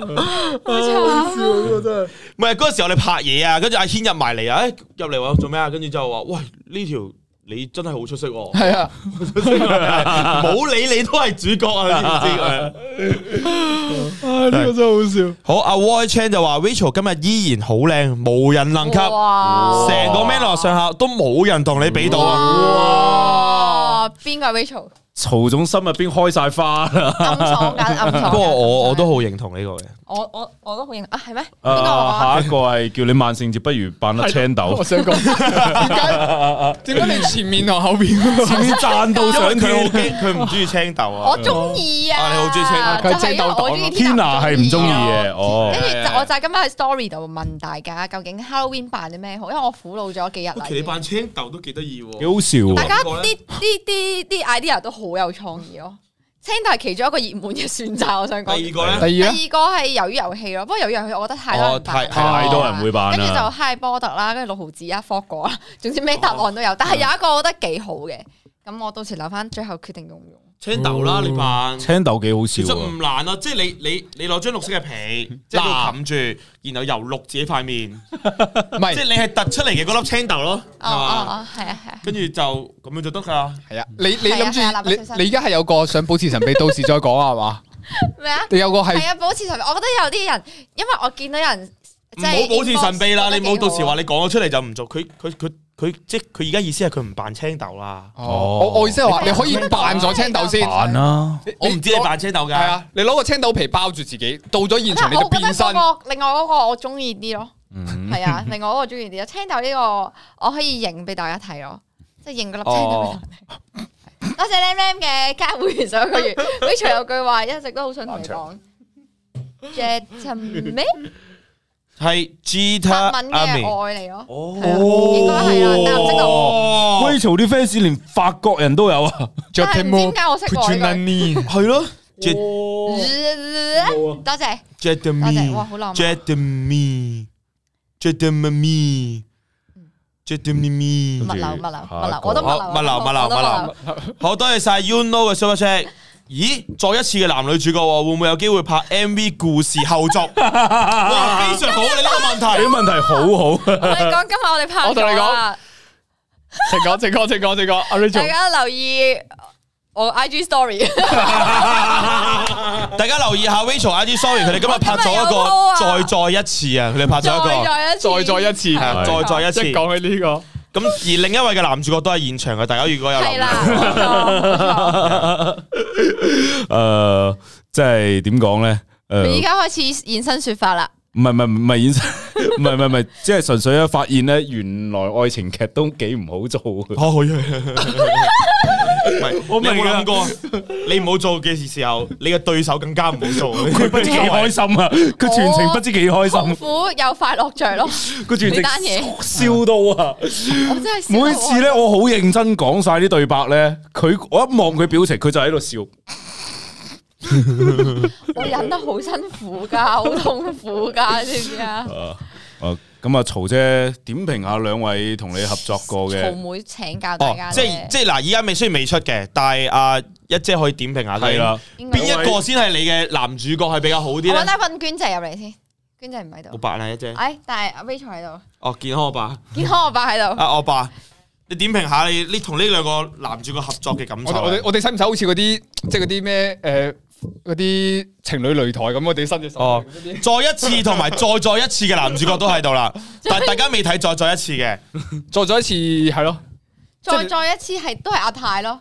S1: 好慘啊
S2: 唔係嗰陣時我哋拍嘢啊，跟住阿軒入埋嚟啊，誒入嚟話做咩啊？跟住就話喂呢條你真係好出色喎，
S4: 係啊，
S2: [LAUGHS] 冇理你都係主角啊，你知唔知係啊？
S4: 呢個真係好
S2: 好，阿 Roy Chan 就話 Rachel 今日依然好靚，無人能及，成
S1: 哇！
S2: 個 Manor 上下都冇人同你比到啊！
S1: 哇！邊個係 Rachel？
S3: 曹總心入邊開晒花啦，
S1: 暗爽緊，暗爽緊。
S2: 不過我我
S1: 暗爽緊
S2: 都好認同呢個嘅，
S1: 我我我都好認啊，係咩？邊個話？
S3: 啊下一個係叫你萬聖節不如扮粒青
S4: 笑，
S3: 豆
S4: 我，想講點解點解你前面同後邊
S3: 點賺到上
S2: 因為佢好
S3: 天，
S2: 驚，佢唔中意青豆啊。
S1: 我中意啊！
S2: 啊你好中意青
S4: 佢係青豆黨
S1: 哦就係因為我中意啊
S3: 天娜係唔中意嘅，。哦
S1: 跟。住就我就係今日喺 story 度問大家究竟 Halloween 扮啲咩好，因為我苦惱咗幾日啦
S2: 啊其實。你扮青豆都幾得意喎。
S3: 幾好
S1: 大
S3: 笑
S1: 家
S3: 啊！
S1: 啲啲啲啲 idea 都好有創意咯。青豆係其中一個熱門嘅選擇，我想
S2: 第二
S1: 講。
S2: 個咧，
S4: [LAUGHS] 第
S1: 第二
S4: 二咧？啊
S1: 啊個係魷魚遊戲咯，不過魷魚遊戲我覺得太多
S2: 哦
S1: 人
S2: 太
S1: 扮，
S3: 太多
S4: 哦
S3: 人會扮啦
S1: 跟住就哈利波特啦，跟住六毫子啊、霍果啊， [LAUGHS] 總之咩答案都有。但係有一個我覺得幾好嘅，咁我到時留翻最後決定用唔用。
S2: 青豆啦，你扮。
S3: 青豆幾好
S2: 其實
S3: 笑啊
S2: 唔！難啊，即係你你你攞張綠色嘅皮，即係要冚住，然後油綠自己塊面，
S4: 唔
S2: 即係
S4: 係
S2: 你係突出嚟嘅嗰粒青豆咯，
S1: 哦
S2: 係
S1: 哦
S2: 嘛？
S1: 哦，係啊係啊。
S2: 跟住就咁樣就得㗎啦。
S4: 係啊，你你諗
S1: 係啊
S4: 住
S1: 立立身身
S4: 你你而家係有個想保持神秘，到時再講啊係嘛？
S1: 咩啊？
S4: 你有個係
S1: 係啊，保持神秘。我覺得有啲人，因為我見到有人
S2: 唔
S1: 即係
S2: 好保持神秘啦，你冇到時話啊
S1: 你
S2: 你講咗出嚟就唔做，佢佢佢佢即係佢而家意思係佢唔扮青豆啦。
S4: 哦，我我意思係話你可以扮咗青豆先，
S1: 扮
S3: 啦，
S2: 我唔知你扮青豆
S4: 系
S2: 㗎。
S4: 啊，你攞個青豆皮包住自己，到咗現場
S1: 但係啊
S4: 你就
S1: 我覺得
S4: 變身。
S1: 嗰個另外嗰個我中意啲咯，
S3: 嗯，
S1: 係啊，另外嗰個中意啲啊。青豆呢個我可以影俾大家睇咯，即係影嗰粒青豆俾大家睇。
S2: 哦
S1: 多謝 Lam Lam 嘅加會上個
S2: [LAUGHS]
S1: 月，Rachel 有句話一直都好想同你講。Gentleman
S2: 係 Gita
S1: 法文嘅
S2: Ami
S1: 愛嚟咯，
S2: 哦
S1: 係啊應該係啦，但係唔
S3: 哦
S1: 識讀。
S4: 哦
S3: Rachel 啲 fans 連法國人都有啊，
S1: 但哦係唔知點解我識改佢。
S2: 係咯，Jet 哦
S1: 多謝多謝，哇，
S2: Jetami
S1: 好浪漫。
S2: Jetami Jetami Jetami，
S1: 物流物流物流
S3: 下，
S1: 我都物流
S2: 好物流物流
S1: 我都
S2: 物流。好多謝晒 Uno 嘅 super chat。咦，再一次嘅男女主角喎，會唔會有機會拍 MV 故事後續？
S4: [LAUGHS]
S2: 哇，非常好，你呢個
S3: [LAUGHS]
S2: 問題
S3: 你。問題好好。
S1: 我哋講今日我哋拍
S4: 我同你
S1: 咗啦，
S4: 請講，請講，請講，請講。阿
S1: 大
S4: Rachel，
S1: 家留意我 IG story。
S2: 大家留意下 Rachel IG sorry，佢哋今日拍咗一
S1: 我今日有 po 啊
S2: 個再再一次啊，佢哋拍咗一個
S1: 再
S4: 再再一次，
S1: 係啊
S3: 係
S2: 再再一次。
S4: 即係講起呢個，
S2: 咁而另一位嘅男主角都係現場嘅，大家如果有留
S1: 係
S2: 意
S1: 啦，冇錯冇
S3: 诶，即係點講咧？
S1: 錯佢
S3: 诶
S1: 依。家開始現身說法啦，
S3: 唔係唔係唔係演，唔係唔係唔係，即係純粹咧發現咧，原來愛情劇都幾唔好做嘅。
S2: 哦，可以。唔係
S3: 我
S2: 你有
S3: 明
S2: 冇
S3: 啊
S2: 諗過？你唔好做嘅時候，你嘅對手更加唔好做。
S3: 佢不知幾開心啊！佢全程不知幾開
S1: 痛
S3: 心，啊
S1: 苦又快樂着
S2: [LAUGHS]
S1: 咯，
S3: 佢全
S1: 呢
S3: 程
S1: 單嘢
S3: 笑到啊！
S1: 我真係笑到
S3: 每次咧，我好認真講晒啲對白咧，佢我一望佢表情，佢就喺度笑。
S1: 我忍得好辛苦㗎，好痛苦㗎，知唔知
S2: [LAUGHS]
S1: 啊？
S3: 啊咁啊，曹姐點評下兩位同你合作過
S1: 曹
S3: 嘅，
S1: 妹請教大
S2: 哦
S1: 家，
S2: 即
S1: 咧
S2: 係即係嗱，依家未雖然未出嘅，但係啊，一姐可以點評下啊
S3: 係啊啦，
S1: 邊
S2: 邊
S1: 個
S2: 一個先係你嘅男主角係比較好啲
S1: 我搵
S2: 咧？
S1: 翻份娟姐入嚟先，娟姐唔喺
S2: 我
S1: 度，
S2: 爸啦，一姐。
S1: 哎，但係阿 Rachel 喺度，
S2: 哦，健康我爸，
S1: 健康我爸喺度，
S2: 啊我爸，你點評下你你同呢兩個男主角合作嘅感
S4: 我哋我哋
S2: 受？啊
S4: 我哋使唔使好似嗰啲即係嗰啲咩誒嗰啲情侶擂台咁？我哋伸隻手
S2: 哦
S4: 嗰啲。
S2: 再一次同埋再再一次嘅男主角都喺度啦，但係大家未睇再再一次嘅。
S4: 做咗一次係咯，
S1: 再
S4: 即係
S1: 再一次係都係阿泰咯，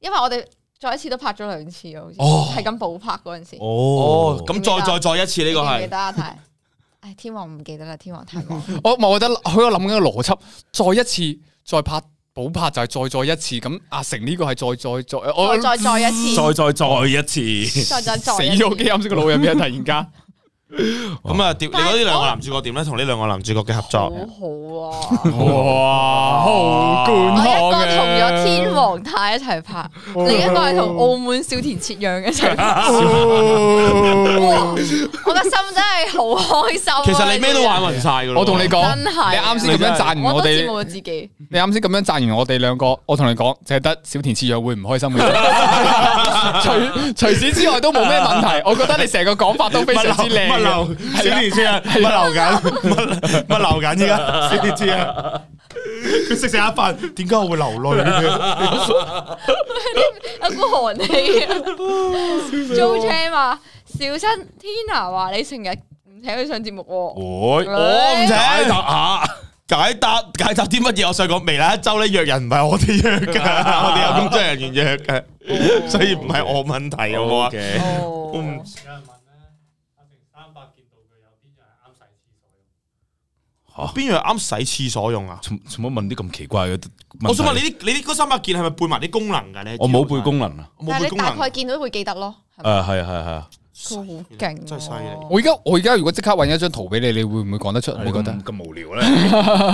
S1: 因為我哋再一次都拍咗兩次啊咯，好似
S3: 哦
S1: 係咁補拍嗰陣時。
S2: 哦
S3: 哦，
S2: 咁再再再一次呢個
S1: 你記唔記
S2: 係
S1: 得啊？太， [LAUGHS] 唉，天王唔記得啦，天王太忙。
S4: 我我覺得佢有諗緊個邏輯，再一次再拍補拍就係再再一次咁。阿成呢個係再再再， [LAUGHS] 我
S1: 再再再一次，
S3: 再再再一次，
S1: 再再再
S4: 死
S1: 一次
S4: 咗機，啱先個腦入邊突 [LAUGHS] 然間。
S2: 咁啊？點你覺
S1: 但係
S2: 得呢兩個
S1: 我
S2: 男主角點咧？同呢兩個男主角嘅合
S4: 啊
S1: 好
S2: 作，
S1: 好啊！
S4: 哇，好
S1: 我
S4: 冠
S1: 一
S4: 腔
S1: 個同咗
S4: 嘅，
S1: 天王太一齊
S4: [LAUGHS]
S1: 拍，
S4: 哦
S1: 另一個係同澳門小田切讓一齊
S4: [LAUGHS]
S1: 拍。哇我
S3: [LAUGHS]
S1: 個心真係好開心啊。
S2: 其實你咩都玩暈晒㗎咯。
S4: 我同你講，
S1: 真
S4: 你
S1: 係
S4: 啱先咁樣讚完
S1: 我
S4: 我
S1: 都羨
S4: 哋，
S1: 慕自己。
S4: 你啱先咁樣讚完我哋兩個，我同你講，淨係得小田切讓會唔開心嘅
S3: [LAUGHS]
S4: 啫。除除此之外都冇咩問題，我覺得你成個講法都非常之
S2: 物
S4: 靚嘅。
S2: 流，小年先啊，物流緊，物物流緊依家， [LAUGHS] 小年知啊。佢食食下飯，點解我會流淚 [LAUGHS] 嘅？
S1: 有股寒氣啊！Jo Chan 話：小新 Tina 話你成日唔請佢上節目喎。
S3: 我
S2: 我唔
S3: 解
S2: 請。
S3: 答下。
S2: 解答解答啲乜嘢？我想講微辣一周咧約人唔係我哋約㗎，我哋有工作人員約嘅，所以唔係我問題有冇啊？
S3: OK
S1: 哦
S2: 我
S5: 有
S2: 唔
S5: 人問咧，阿成三百件道具有邊樣係啱洗廁所用？
S2: 邊樣啱洗廁所用啊？
S3: 做做乜問啲咁奇怪嘅？
S2: 我想問你，啲你啲嗰三百件係咪背埋啲功能㗎咧？
S3: 我冇背功能啊。
S2: 我
S1: 但係
S2: 冇背
S1: 你
S2: 功
S1: 大
S2: 能
S1: 概，見到會記得咯。係咪
S3: 誒係係係，
S1: 佢好勁，
S2: 真係犀利。
S4: 我而家我而家如果即刻搵一張圖俾你，你會唔會講得出？
S3: 啊
S4: 你覺得？
S3: 咁無聊 [LAUGHS] 咧？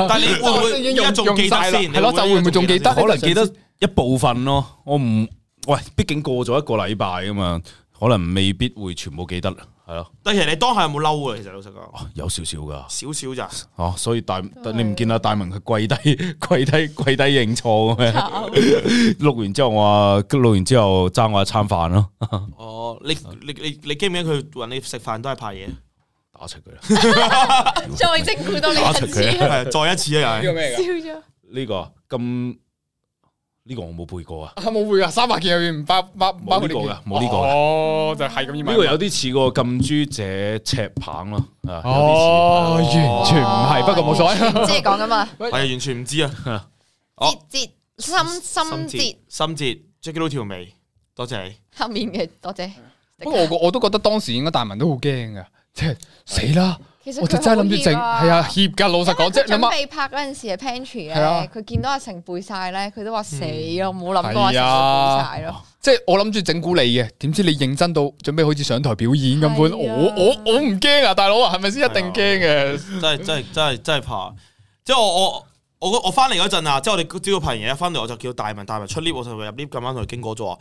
S2: 但係你會唔
S1: [LAUGHS]
S2: 會
S4: 已經
S2: 依
S4: 用
S2: 家仲記得
S4: 用晒啦
S2: 先？
S4: 係咯就會唔會仲記得
S3: 可能記得一部分咯，我唔喂，畢竟過咗一個禮拜啊嘛，可能未必會全部記得啦，係咯，
S2: 但其實你當下有冇嬲啊？其實老實講，
S3: 有少少噶，
S2: 少少咋？
S3: 哦，所以大但你唔見啊大文佢跪低 [LAUGHS] 跪低跪低認錯
S2: [LAUGHS]
S3: 嘅咩？ [LAUGHS] 錄完之後我話，錄完之後爭我一餐飯咯，
S2: 哦，你你你你記唔記得佢揾你食飯都係派嘢？
S3: 打柒佢啦，
S1: 再整
S2: 啊
S1: 蠱多你一次，
S3: 打柒佢
S1: 笑
S2: 係再一次啊！又係
S4: 咩
S1: 咗。
S3: 呢個咁呢個我冇背過啊，
S4: 啊冇會噶，三百件入面唔包包包
S3: 冇呢
S4: 括
S3: 個
S4: 件
S3: 㗎冇呢個㗎
S4: 哦，就係咁要買
S3: 呢個有啲似個禁珠者赤棒咯，啊，有
S4: 哦，
S3: 啲似哦
S4: 完全唔係，不過冇所 [LAUGHS] 謂。
S1: 即系讲紧啊，
S2: 係完全唔知啊。
S1: 節
S2: 哦
S1: 節心心節
S2: 心哲 Jackie 到條眉，多謝你。
S1: 黑面嘅，多謝。
S4: 不過我我都覺得當時應該大文都好驚噶，即係死啦！
S1: 其實
S4: 我
S1: 佢
S4: 就真係諗住整，
S1: 好
S4: 係
S1: 熱
S4: 啊，。怯噶。老實講，即係
S1: 準
S4: 諗下，
S1: 備拍嗰陣時係 pantry 咧
S4: 係啊，
S1: 佢見到阿成背晒咧，佢都話死咯，冇諗過阿
S4: 係啊
S1: 成會背晒咯。
S4: 即係我諗住整蠱你嘅，點知你認真到準備好似上台表演咁
S1: 係
S4: 款，
S1: 啊
S4: 我我我唔驚啊，大佬啊，係咪先一定驚嘅？
S2: 真係真係真係真係怕。即係我我我我翻嚟嗰陣啊，即係我哋朝早拍完嘢翻嚟，我就叫大文大文出 lift，我就入 lift 咁啱同佢經過咗話：，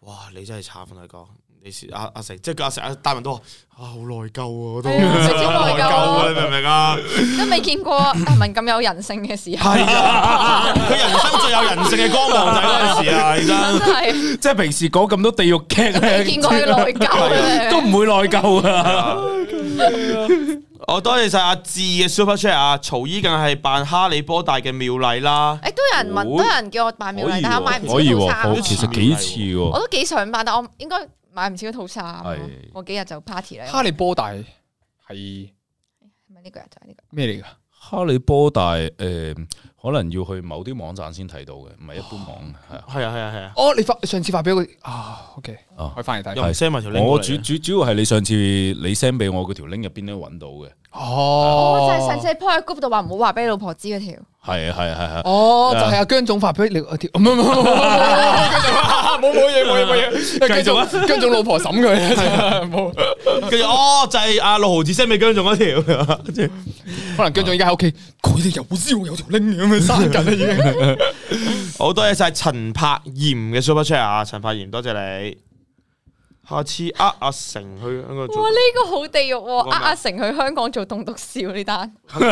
S2: 哇！你真係慘啊，大哥！你是阿阿成，即係阿成阿大文都話：啊，好內疚啊，我都
S1: 係啊直接內疚啊
S2: 啊，你明唔明啊？
S1: 都未見過阿文咁有人性嘅時候，
S2: 係啊， [LAUGHS] 佢人生最有人性嘅光芒就係嗰陣時啊，認
S3: [LAUGHS]
S2: 真。
S1: 真係
S3: 即係平時講咁多地獄劇
S1: 未
S3: 咧，
S1: [LAUGHS] 見過佢內疚咧。
S3: [LAUGHS] 都唔會內疚啊！
S2: 我哦多謝晒阿志嘅 super chat 啊！曹姨更係扮哈利波特嘅妙麗啦，
S1: 誒都有人問，
S3: 哦
S1: 都有人叫我買
S3: 可
S1: 妙麗，但係我買唔
S3: 可以
S1: 起套
S3: 喎，
S1: 衫
S3: 好
S1: 啊。
S3: 其實幾似
S1: 我
S3: 喎，
S1: 都幾想買，但我應該買唔起嗰套衫啊
S3: 係。
S1: 我幾日就 party 啦，
S4: 哈利波特係
S1: 係咪呢個日就係呢個？
S4: 咩嚟噶？
S3: 哈利波特誒，可能要去某啲網站先睇到嘅，唔係一般網係啊。
S2: 係啊係啊係啊，
S4: 哦，你發上次發俾我啊，OK，
S3: 哦
S4: 可以翻嚟睇。
S2: 又唔 send 埋條 link
S3: 我
S2: 過嚟啊
S3: 主
S2: 嘅
S3: 主主要係你上次你 send 俾我嗰條 link 入邊都揾到嘅，
S4: 哦，
S1: 我就係上次喺 po 喺 group 度話唔好話俾老婆知嗰條。
S3: 係啊係啊係啊，
S4: 哦，就係阿姜總發俾你嗰條，唔唔唔，冇冇嘢冇嘢冇嘢，
S2: 繼續啊
S4: 姜總姜總老婆審佢，冇，
S2: 跟住哦，就係阿六毫子 send 俾姜總嗰
S3: [LAUGHS]
S2: 條，
S4: 可能姜總依家喺屋企，佢哋有知我有條拎咁樣生緊啦已經。
S2: 好多謝晒陳柏炎嘅 super chat 啊！陳柏炎，多謝你。下次呃阿成去香港做
S1: 哇！呢、個好地獄喎、
S2: 個
S1: 呃
S2: 咩
S1: 阿成去香港做棟篤笑呢
S3: [LAUGHS]
S1: 單，你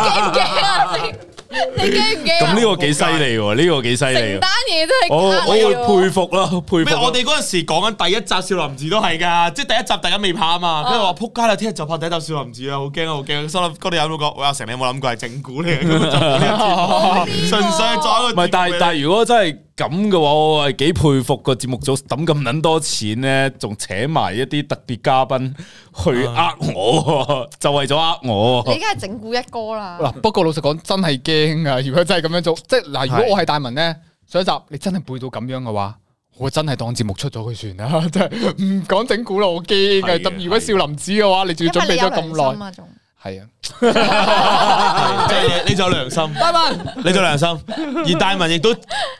S1: 驚唔驚啊？你你驚唔驚啊？
S3: 咁呢個幾犀利喎，呢個幾犀利
S1: 成
S3: 喎，
S1: 單嘢都係
S3: 我我會佩
S1: 配
S3: 服啦，佩服
S2: 咩？
S3: 啦。
S2: 我哋嗰陣時講緊第一集《少林寺》都係㗎，即係第一集大家未拍啊嘛，跟住話撲街啦，聽日就拍第一集《少林寺》啦，好驚啊，好驚啊！心諗嗰啲有冇講？喂，阿成，你有冇諗過係整蠱你啊？根本就冇呢個節目純粹係做
S3: 唔
S2: 一個節目嚟啊
S3: 係，但係但係如果真係咁嘅話，我係幾佩服個節目組抌咁撚多錢咧，仲請埋一啲特別嘉賓去呃我， [LAUGHS] 就為咗呃我。
S1: 你而家係整蠱一哥啦
S4: [LAUGHS] 嗱，，不過老實講真係驚噶，如果真係咁樣做，即係嗱，如果我係大文咧，上一集你真係背到咁樣嘅話。我真係當節目出咗佢算啦， [LAUGHS] 真係唔講整蠱啦，我驚
S3: 係嘅
S4: 嘅。如果少林寺嘅話，你仲
S1: 因
S4: 要準
S1: 為
S4: 備
S1: 你有
S4: 咗
S1: 良
S4: 咁
S1: 心
S4: 耐，
S1: 啊，仲
S4: 係啊，
S2: [LAUGHS] 係即係你你就有良心，大文你就有良心，而大文亦都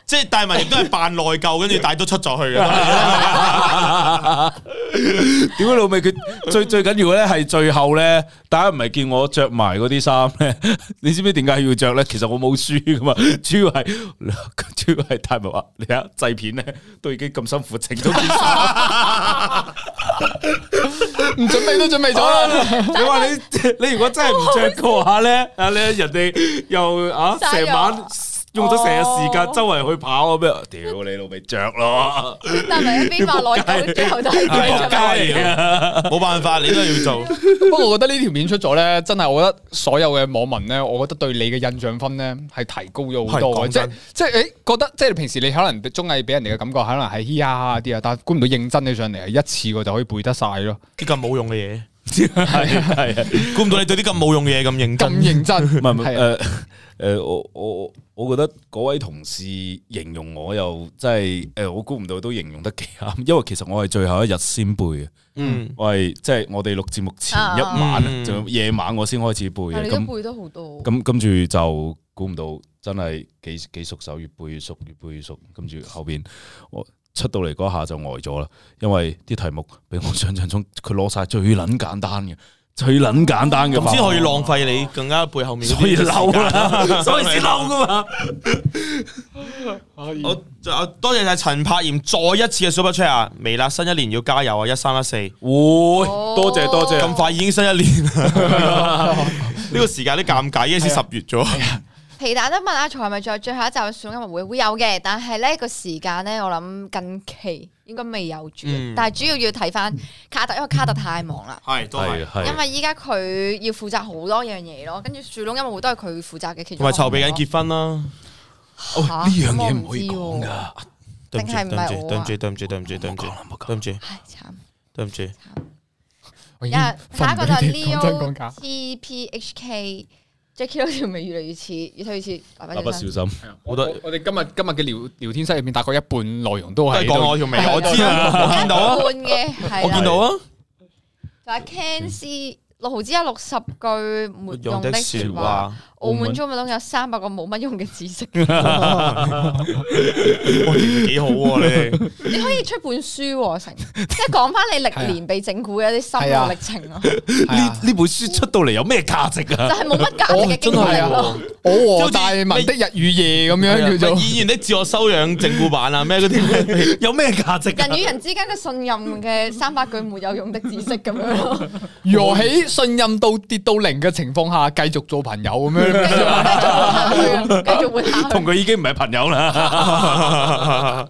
S2: 即係大文亦都係扮內疚，跟住但係都出咗
S3: [LAUGHS]
S2: 去嘅。
S3: 屌解老味？佢最最緊要咧係最後咧，大家唔係見我着埋嗰啲衫咧， [LAUGHS] 你知唔知點解要着咧？其實我冇輸噶嘛， [LAUGHS] 主要係主要係大文話你睇下製片咧都已經咁辛苦整咗件衫，
S4: 唔準備都準備
S3: [LAUGHS]
S4: 咗啦。
S3: 你話你你如 [LAUGHS] 果真係唔着嘅話咧，啊你人哋又啊
S1: 嘥
S3: 成
S1: 咗
S3: 晚用咗成日時間
S1: 哦
S3: 周圍去跑咁樣，屌你老味着咯，
S1: 但係一邊話內疚，最後都
S3: [LAUGHS]
S1: 係
S3: 你
S1: 佢
S3: 仆街嚟啊！
S2: 冇辦法，你都係要做。
S4: 不過我覺得呢條片出咗咧，真係我覺得所有嘅網民咧，我覺得對你嘅印象分咧係提高咗好
S2: 係講
S4: 多嘅，即
S2: 真
S4: 係即係誒覺得即係平時你可能綜藝俾人哋嘅感覺可能係嘻嘻哈哈啲啊，但係估唔到認真起上嚟係一次過就可以背得晒咯，
S2: 啲咁冇用嘅嘢，
S3: 係係啊。
S2: 估唔到你對啲咁冇用嘅嘢咁認
S4: 咁
S2: 真。
S4: 認真，
S3: 唔係
S4: [LAUGHS]
S3: 唔係
S4: 係啊
S3: 誒誒，我我我覺得嗰位同事形容我又真係誒，我估唔到都形容得幾啱，因為其實我係最後一日先背嘅，
S2: 嗯，
S3: 我係即係我哋錄節目前一
S2: 嗯
S3: 晚，仲有夜晚我先開始背
S1: 但係啊
S3: 嘅，
S1: 你都
S3: 咁
S1: 背得好多。
S3: 咁跟住就估唔到真係幾幾熟手，越背越熟，越背越熟，跟住後邊我。出到嚟嗰下就呆咗啦，因為啲題目比我想象中佢攞晒最撚簡單嘅，最撚簡單嘅範圍，
S2: 哦咁先可以浪費你更加背後面嗰啲
S3: 所以嬲啦，
S2: 時間
S3: 所以先嬲噶嘛。
S2: 我我啊多謝晒陳柏炎再一次嘅 super chat 啊！微辣新一年要加油啊！一三一四
S3: 會
S1: 哦
S3: 多謝多謝，
S2: 咁快已經新一年啦，呢個時間都尷尬，依家先十月咗。
S1: 皮蛋都問阿財係咪仲有最後一集嘅小音樂會？會有嘅，但係呢個時間呢，我諗近期應該未有住，
S2: 嗯
S1: 但係主要要睇翻卡特，因為卡
S3: [LAUGHS]
S1: 特太忙啦。
S2: 係都
S3: 係啊
S2: 係，
S1: 因
S3: 係
S1: 為依家佢要負責好多樣嘢咯，跟住樹窿音樂會都係佢負責嘅其中一個
S2: 同埋
S1: 項
S2: 籌
S1: 目咯。
S2: 備緊結婚啦。
S3: 喂，
S1: 嚇
S3: 哦呢樣嘢唔可以
S1: 咁啊我唔知喎
S3: 講噶，
S2: 對唔住，
S1: 定係唔係我啊
S2: 對唔住，對唔住，對唔住，
S3: 唔好講啦唔好講
S2: 對唔住，對
S1: 唉慘
S2: 唔住，對唔住。
S1: 慘。
S4: 我已經
S1: 啊下一個就
S4: 瞓唔
S1: 係
S4: 到啲講真講假
S1: Leo。T P H K Jackie 嗰條尾越嚟越似，越睇越似爸爸
S3: 蠟筆
S1: 小新。
S3: 小心。
S4: 我我我哋今日今日嘅聊聊天室入面，大概一半內容都
S2: 都係
S4: 係
S2: 講我條眉，我知啊，我見到啊，
S1: 一半嘅係啦
S2: 我見到啊。
S1: 就係 Ken C 六毫子有六十句沒用的説話。，澳門中文中有三百個冇乜用嘅知識，
S2: 哇，幾好喎！你哋
S1: 你可以出本書喎，成即係講翻你歷年被整蠱嘅一啲心
S4: 係啊
S1: 路歷程咯，
S4: 係
S3: 呢
S4: 啊
S3: 呢本書出到嚟有咩價值
S1: 就
S3: 啊？
S1: 係冇乜價值嘅經
S4: 哦真係
S1: 歷
S4: 啊
S1: 咯。
S4: 我和大文的日與夜咁樣叫做
S2: 演員的自我修養正固版啊，咩嗰
S3: [LAUGHS]
S2: 啲
S3: 有咩價值啊？
S1: 人與人之間嘅信任嘅三百句沒有用的知識咁樣咯，
S4: 如何喺信任到跌到零嘅情況下，繼續做朋友咁
S1: 繼
S4: [LAUGHS] 樣。
S1: 續活下去啊，繼續活下去。
S3: 同佢已經唔係朋友啦。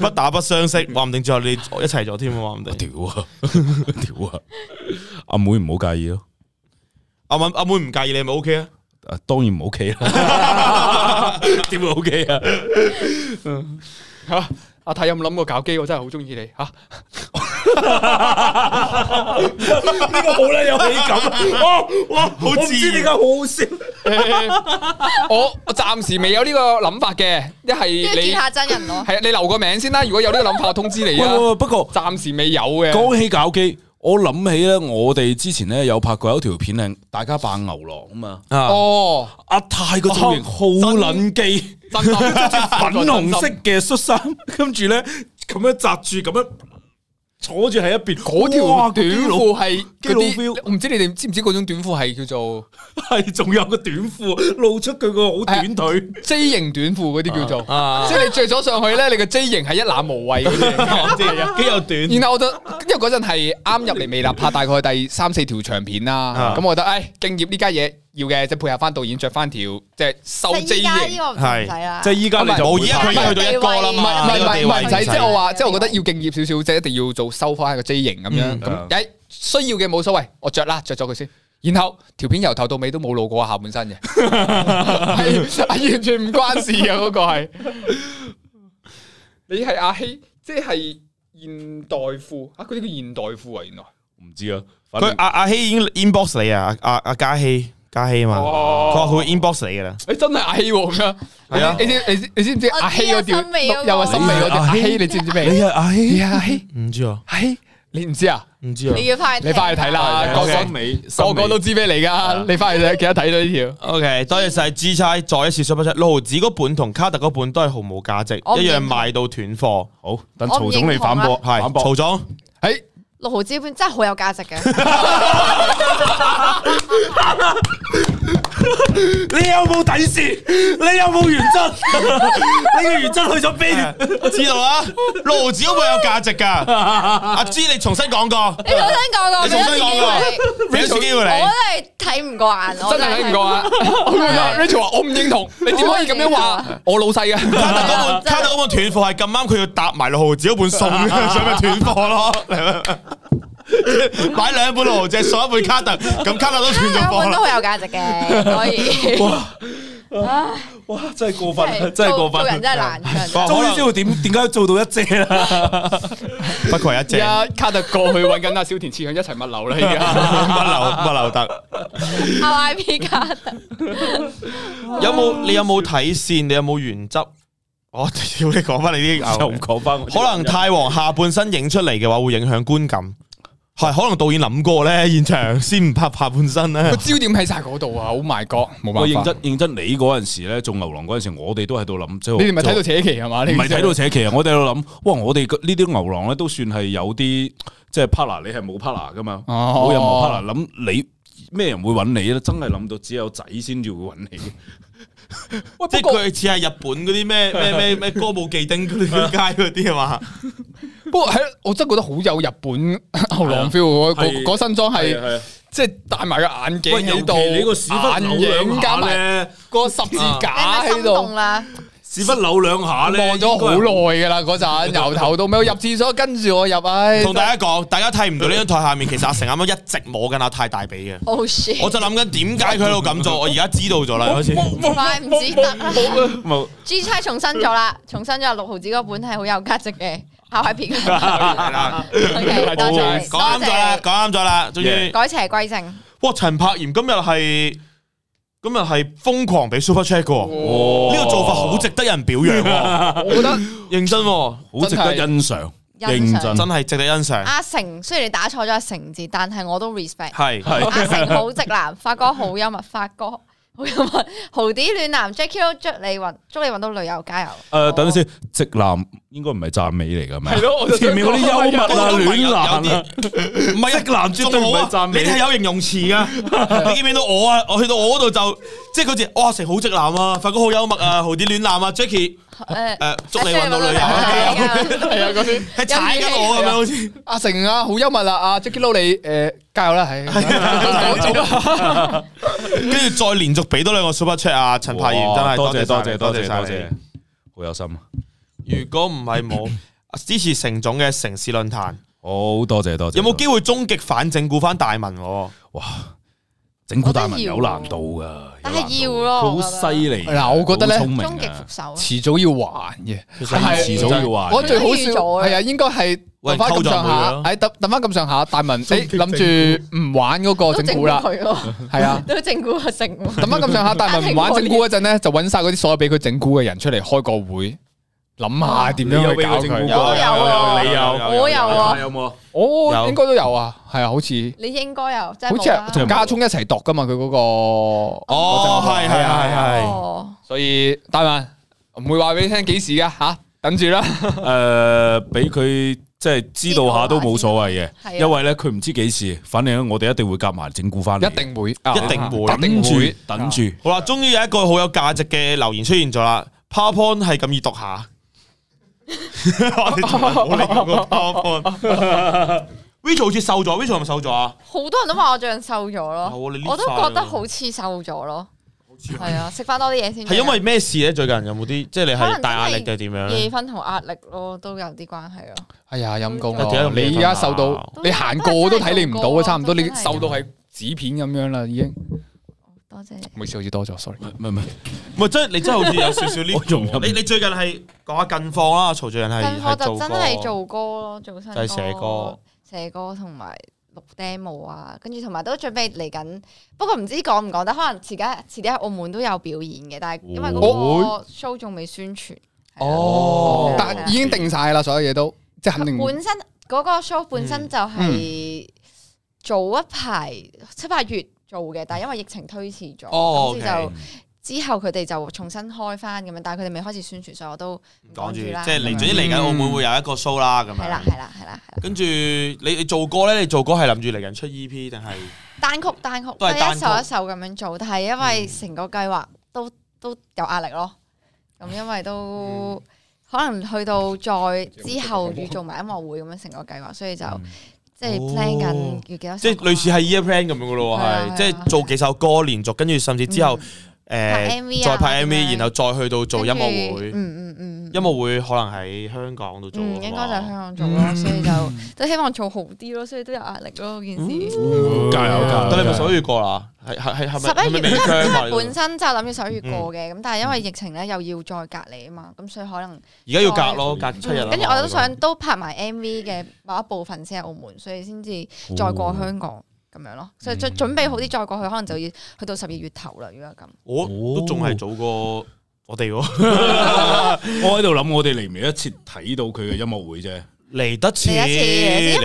S2: 不打不相識，話唔定最後你一齊咗添啊，話唔定。
S3: 屌啊！ [LAUGHS] 屌啊！阿妹唔好介意咯，
S2: 阿敏阿妹唔介意你咪 OK 啊？
S3: 啊當然唔 OK
S4: [LAUGHS]
S3: 啦，點會 OK 啊？
S4: 吓，阿太有冇諗過搞基？我真係好中意你
S1: [LAUGHS]
S4: 吓。
S3: 呢個好啦，有喜感。哇哇，
S2: 好自然
S3: 好好笑。
S4: 我我暫時未有呢個諗法嘅，一係
S1: 跟住
S4: 你
S1: 見下真人咯。
S4: 係啊，你留個名先啦。如果有呢個諗法，我通知
S3: 喂
S4: 你啊
S3: 喂。喂，不過
S4: 暫時未有嘅。
S3: 講起搞基，我諗起咧，我哋之前咧有拍過一條片係大家扮牛郎啊嘛。
S2: 啊，
S4: 哦，
S3: 阿泰個造型好撚基，
S4: 真 [LAUGHS] 心
S3: 粉紅色嘅恤衫， [LAUGHS] 跟住咧咁樣紮住，咁樣坐住喺一邊。
S4: 嗰條
S3: 哇
S4: 短褲係
S3: 基
S4: 嗰
S3: 佬
S4: 啲
S3: feel，
S4: 我唔知你哋知唔知嗰種短褲係叫做
S3: 係仲有個短褲，露出佢個好短腿。
S4: J 型短褲嗰啲叫做，
S2: 啊
S4: 即係你着咗上去咧，你個 J 型係一覽無遺嗰啲嚟
S2: [LAUGHS]
S4: 嘅。
S2: 肌肉短，
S4: 然後我就因為嗰陣係啱入嚟微立拍大概第三四條長片啦
S2: 啊，
S4: 咁我覺得誒敬業呢家嘢要嘅，即係配合翻導演着翻條即係收
S1: 即係
S4: J
S1: 依家呢
S4: 型。
S1: 個唔
S2: 係
S1: 使啦，
S3: 係依
S4: 家你就
S2: 冇而家佢已經去到一哥啦
S4: 唔係唔
S2: 嘛，
S4: 係唔
S2: 啊呢個
S4: 係
S2: 地
S4: 唔
S2: 位
S4: 係，即係我話，
S1: 唔使
S4: 即係我覺得要敬業少少，即係一定要做收翻一個 J 型咁樣。
S2: 嗯
S4: 咁誒需要嘅冇所謂，我着啦，着咗佢先。然後條片由頭到尾都冇露過我下半身
S2: [LAUGHS]
S4: 嘅，係係完全唔關事嘅嗰個
S1: [LAUGHS]
S4: 係。你係阿希，即係現代褲啊？嗰啲叫現代褲啊，原來。
S3: 唔知啊，反
S2: 佢
S3: 正
S2: 阿阿希已經 inbox 你啊，阿阿嘉希嘉希啊嘛，
S4: 哦
S2: 佢話佢會 inbox 你噶啦。
S4: 你真係阿希喎咁樣，
S2: 係啊
S4: 你知你知你知唔知
S1: 我知啊
S4: 阿希嗰條
S1: 森美嗰個
S4: 有啊森美
S3: 你
S4: 嗰條
S3: 係
S4: 阿
S3: 阿希
S4: 希，你知唔知咩？
S3: 你係阿
S4: 你
S3: 希，
S4: 係阿希，
S2: 唔知啊，
S4: 阿希，你唔知啊？
S2: 唔知啊。
S1: 你要翻去
S4: 你翻去睇啦
S1: 聽
S4: 個個
S3: 美，
S4: 個個都知咩嚟噶，你翻去睇記得睇咗呢
S2: O K，多謝晒支差，再一次 super chat。六毫子嗰本同卡特嗰本都係毫無價值，
S1: 我唔認同
S2: 一樣賣到斷貨。
S3: 好。等
S1: 我唔
S3: 曹總嚟反
S1: 認
S3: 駁，
S1: 同
S4: 啊
S2: 係
S3: 反駁。
S2: 曹總，
S4: 條。誒，
S1: 六毫子本真係好有價值嘅，
S3: 你有冇底線？你有冇原
S2: [LAUGHS]
S3: 則？你嘅原則去咗邊？
S2: 我知道啊，六毫子都會有
S3: [LAUGHS]
S2: 價值噶。阿芝，你重新講過，
S1: 你重新講過，
S2: 你重新講過
S1: 俾多次機會
S2: 俾一次機會
S1: 你我
S2: 你。
S1: 真係睇唔過眼，我
S4: 真係睇唔過啊！Rachel 話我唔認同，你點可以咁樣 [LAUGHS] 話我老細啊
S2: 卡特
S4: 嘅？
S2: 嗰本卡特嗰本斷貨係咁啱，佢要搭埋六毫子嗰
S3: [LAUGHS]
S2: 本送，所以咪斷貨咯。買兩本六毫子送一本卡特，咁卡特都斷咗
S1: 兩
S2: 貨
S1: 本都好
S2: 啦。
S1: 有價值嘅，所以唉
S3: 哇！真係過
S1: 真係
S3: 分，啊真係
S1: 做
S3: 過
S1: 做人
S3: 分。
S1: 真係難，做人真係難
S3: 終於知道點點解做到一姐啦。
S2: 不愧係一
S4: [LAUGHS] 而
S2: 隻 [LAUGHS]
S4: 家卡特過去揾緊阿小田切讓一齊物流啦，而家
S2: 乜流乜流得。
S1: RIP 卡特
S2: 有冇你有冇睇線？你有冇原則？我屌你講翻你啲
S3: 又
S2: 牛，
S3: 講翻，
S2: 可能太皇下半身影出嚟嘅話，會影響觀感。係可能導演諗過咧， [LAUGHS] 現場先唔拍下半身咧
S4: 個。焦點喺晒嗰度啊！Oh my god，冇
S3: 我認
S4: 辦法
S3: 真。認真，你嗰陣時咧做牛郎嗰陣時，我哋都喺度諗，即係
S4: 你哋咪睇到扯旗係嘛？你
S3: 唔係睇到扯旗啊！我哋喺度諗，哇！我哋個呢啲牛郎咧都算係有啲即係 partner，你係冇 partner 噶嘛，
S4: 哦
S3: 冇任何 partner。諗你咩人會揾你咧？真係諗到只有仔先至會揾你。
S4: 喂，
S2: 即
S4: 不
S2: 係
S4: 過
S2: 佢似係日本嗰啲咩咩咩咩歌舞伎町嗰啲街嗰啲啊嘛，
S4: 不過係，我真係覺得好有日本牛郎 feel 喎嗰
S3: 係
S4: 嗰身裝啊係。
S3: 啊！
S4: 即係戴埋個眼
S3: 喂，
S4: 鏡
S3: 尤
S4: 喺度，
S3: 其你個屎忽扭
S4: 眼啊
S3: 兩
S4: 影加
S3: 下
S4: 埋
S3: 咧，
S4: 個十字
S1: 你
S4: 架
S1: 咪
S4: 喺
S1: 心
S4: 度
S1: 動，啦，
S3: 屎忽扭兩下咧，
S4: 望咗好耐噶啦嗰陣，由頭到尾我入廁所，跟住我入，唉，
S2: 同大家講，大家睇唔到呢張台下面，其實阿成啱啱一直摸緊阿泰大髀嘅，
S1: Oh
S2: 我
S1: shit！
S2: 就諗緊點解佢喺度咁做，我而家知道咗啦，好似
S1: 怪唔止得啦
S3: 應該冇。
S1: ，G 差重新咗啦，重新咗六毫子嗰本係好有價值嘅考牌片。
S2: [LAUGHS] 係啦
S1: OK，多
S4: 冇
S1: 謝，
S2: 啊講啱咗啦，
S1: 多謝，
S2: 講啱咗啦，終於
S3: Yeah。
S1: 改邪歸正。
S2: 哇！陳柏炎今日係今日係瘋狂俾 Super Check 嘅喎，
S3: 哦
S2: 呢個做法好值得人表揚喎，
S4: 我覺得
S2: [LAUGHS] 認真喎，
S3: 好值得欣賞，
S1: 欣
S3: 認
S1: 賞
S3: 真
S2: 真係值得欣賞，
S1: 阿成雖然你打錯咗阿成字，但係我都 respect。
S2: 係
S3: 係
S1: 阿成好直男，發哥好幽默，發哥好幽默，豪啲暖男 Jackie 都祝你揾，祝你揾到女友，加油！
S3: 誒，等陣先，直男應該唔係讚美嚟㗎咩？
S4: 係咯我就想
S3: 前面嗰啲幽默啊、
S2: 講
S3: 暖男啊，
S2: 唔係啊
S3: 直男絕對唔係讚美
S2: 你係有形容詞 [LAUGHS] 噶。你見唔見到我啊？我去到我嗰度就即係嗰次，哇！成好直男啊，發哥好幽默啊，豪啲暖男啊，Jackie
S1: 誒，
S2: 誒，祝你揾到女
S1: [LAUGHS]
S2: 友啊，
S4: [LAUGHS] 係啊，嗰啲
S2: 係踩緊我咁樣好似。
S4: 阿成啊，好幽默啦，阿 Jackie Lou 你誒加油啦， [LAUGHS] 係。啊
S2: 跟住再連續俾多兩個 super chat 啊，陳柏炎真係
S3: 多謝多
S2: 晒
S3: 謝
S2: 你
S3: 多謝
S2: 晒
S3: 多
S2: 你
S3: 謝，好有心啊！
S2: 如果唔係冇 [CLEARS THROAT] 支持成總嘅城市論壇，
S3: 好多謝多謝。
S2: 有冇機會終極反整蠱翻大文喎？
S3: 哇，整蠱大文有難度㗎，
S1: 但
S3: 有難
S1: 係
S3: 度
S1: 要
S3: 㗎
S1: 咯我
S3: 佢好
S1: 覺得
S3: 犀利㗎。啊
S4: 嗱我覺得咧
S3: 好聰明
S1: 終極
S3: 㗎
S1: 復仇啊，
S4: 遲早要還嘅，
S3: 實係遲早要還
S4: 我最好笑
S1: 都預咗啊
S4: 係啊，應該係
S2: 喂
S4: 揼翻
S2: 溝
S4: 咁上
S2: 咗佢啦
S4: 下，係揼揼翻咁上下。大文誒諗住唔玩嗰個
S1: 都
S4: 整
S1: 整
S4: 蠱
S1: 蠱
S4: 啦，
S1: 佢喎，
S4: 係啊。
S1: [LAUGHS] 都整蠱阿成喎。
S4: 揼翻咁上下，大文唔玩整蠱嗰陣咧，就揾晒嗰啲所有俾佢整蠱嘅人出嚟開個會，諗下點樣
S3: 啊
S4: 去搞
S3: 你有俾佢整蠱
S4: 佢。
S3: 過
S1: 有啊
S3: 你有
S1: 我有啊
S3: 有冇啊？
S4: 我
S2: 有
S4: 應該都有啊，係啊，好似
S1: 你應該有，真係
S4: 好似
S1: 冇啊啦
S4: 係同家聰一齊度噶嘛，佢嗰個
S2: 哦，係係
S3: 啊
S2: 係係，
S1: 哦
S4: 啊所以大文唔會話俾你聽幾時噶吓，等住啦。
S3: 誒，俾佢即係知道下都冇所謂
S1: 係啊
S3: 嘅，因為咧佢唔知幾時，反正我哋一定會夾埋整蠱翻你。
S4: 一定會，啊
S2: 一定會
S4: 一定
S3: 等住
S4: 會，
S3: 等住。
S2: 好啦，終於有一個好有價值嘅留言出現咗啦。PowerPoint 係咁易讀下，
S1: [LAUGHS]
S2: 我哋從來冇利用過 PowerPoint。Rachel 好似瘦咗，Rachel 係咪瘦咗啊？
S1: 好多人都話我最近瘦咗咯，
S2: 有啊你 lift
S1: 我都
S2: 晒
S1: 覺得
S2: 喎
S1: 好似瘦咗咯。係啊，食翻多啲嘢先。
S2: 係因為咩事咧？最近有冇啲即係你
S1: 可能
S2: 係
S1: 真
S2: 大壓力定係點
S4: 嗯
S2: 樣
S1: 夜
S2: 咧？
S1: 瞓同壓力咯，都有啲關係咯。
S4: 哎呀，陰公
S2: 有幾多
S4: 咯！
S2: 種
S4: 你而家瘦
S2: 夜瞓
S4: 到
S2: 啊，
S4: 你行過我都睇你唔到
S1: 都
S4: 啊，
S1: 有
S4: 差唔多你
S1: 真係
S4: 瘦到係紙片咁樣啦，已經。
S1: 多謝你。
S4: 每次好似多咗，sorry。
S3: 唔係唔係，
S2: 唔係真係你真係好似有少少呢
S3: 我融入唔到
S2: 你你最近係講下近況啦，曹最近係
S1: 近
S2: 係
S1: 課
S2: 做
S1: 就真
S2: 過
S1: 係做歌咯，做新
S2: 就係寫歌、
S1: 寫歌同埋錄 demo 啊，跟住同埋都準備嚟緊。不過唔知講唔講得，可能遲家遲啲喺澳門都有表演嘅，但係因為嗰個 show 仲未宣傳。係啊
S4: 哦
S1: 係啊
S4: 但已經定晒啦，所有嘢都即係肯定。
S1: 本身嗰個 show 本
S2: 嗯
S1: 身就係早一排七八月做嘅，但係因為疫情推遲咗，
S2: 哦
S1: 咁所以就之後佢哋就重新開翻咁樣，但係佢哋未開始宣傳，所以我都唔
S2: 講
S1: 講
S2: 住，
S1: 住
S2: 即
S1: 啦。咁
S2: 係
S1: 樣
S2: 嚟，總之嚟緊澳門會有一個 show 啦，咁
S1: 係啦，
S2: 樣。
S1: 係啦，係啦，係啦。
S2: 跟住你你做歌咧，你做歌係諗住嚟緊出 EP 定係？
S1: 單曲單曲，
S2: 都係
S1: 係
S2: 單
S1: 一
S2: 曲嗯
S1: 首一首咁樣做，但係因為成個計劃都都有壓力咯。咁因為都可能去到再之後要做埋音樂會咁樣成個計劃，所以就
S3: 嗯
S1: 即係
S2: 哦
S1: plan 緊要幾多首歌啊。
S2: 即係類似係 year plan 咁樣噶咯喎，
S1: 係啊係
S2: 係
S1: 啊
S2: 即係做幾首歌連續，跟住甚至之後
S1: 拍
S2: 誒
S1: MV 啊
S2: 再拍
S1: 咁
S2: MV，
S1: 樣
S2: 然後再去到做音
S1: 跟
S2: 樂會
S1: 住。嗯嗯嗯，
S2: 音樂會可能喺香港度做啊嘛，
S1: 嗯應該就係香港做咯，所以就都希望做好啲咯，所以都有壓力咯件
S2: 嗯
S1: 事。
S3: 加油加油！
S2: 但你咪十一月過啦，係係係係咪
S1: 十
S2: 係
S1: 一月
S2: 咪
S1: 因為
S2: 未
S1: 因為
S2: 槍
S1: 本身就諗住十一月
S2: 嗯
S1: 過嘅，咁但係因為疫情咧又要再隔離啊嘛，咁所以可能。
S2: 而家要隔咯，隔七日啊嘛。
S1: 嗯跟住我都想都拍埋 MV 嘅某一部分先喺澳門，所以先至
S2: 哦
S1: 再過香港咁樣咯。
S2: 嗯
S1: 所以準準備好啲再過去，可能就要去到十二月頭啦。如果係咁，
S2: 我都仲係早過我哋喎，
S3: 我喺度諗，我哋嚟唔嚟得切睇到佢嘅音樂會啫？
S2: [LAUGHS] 嚟得切，
S1: 嚟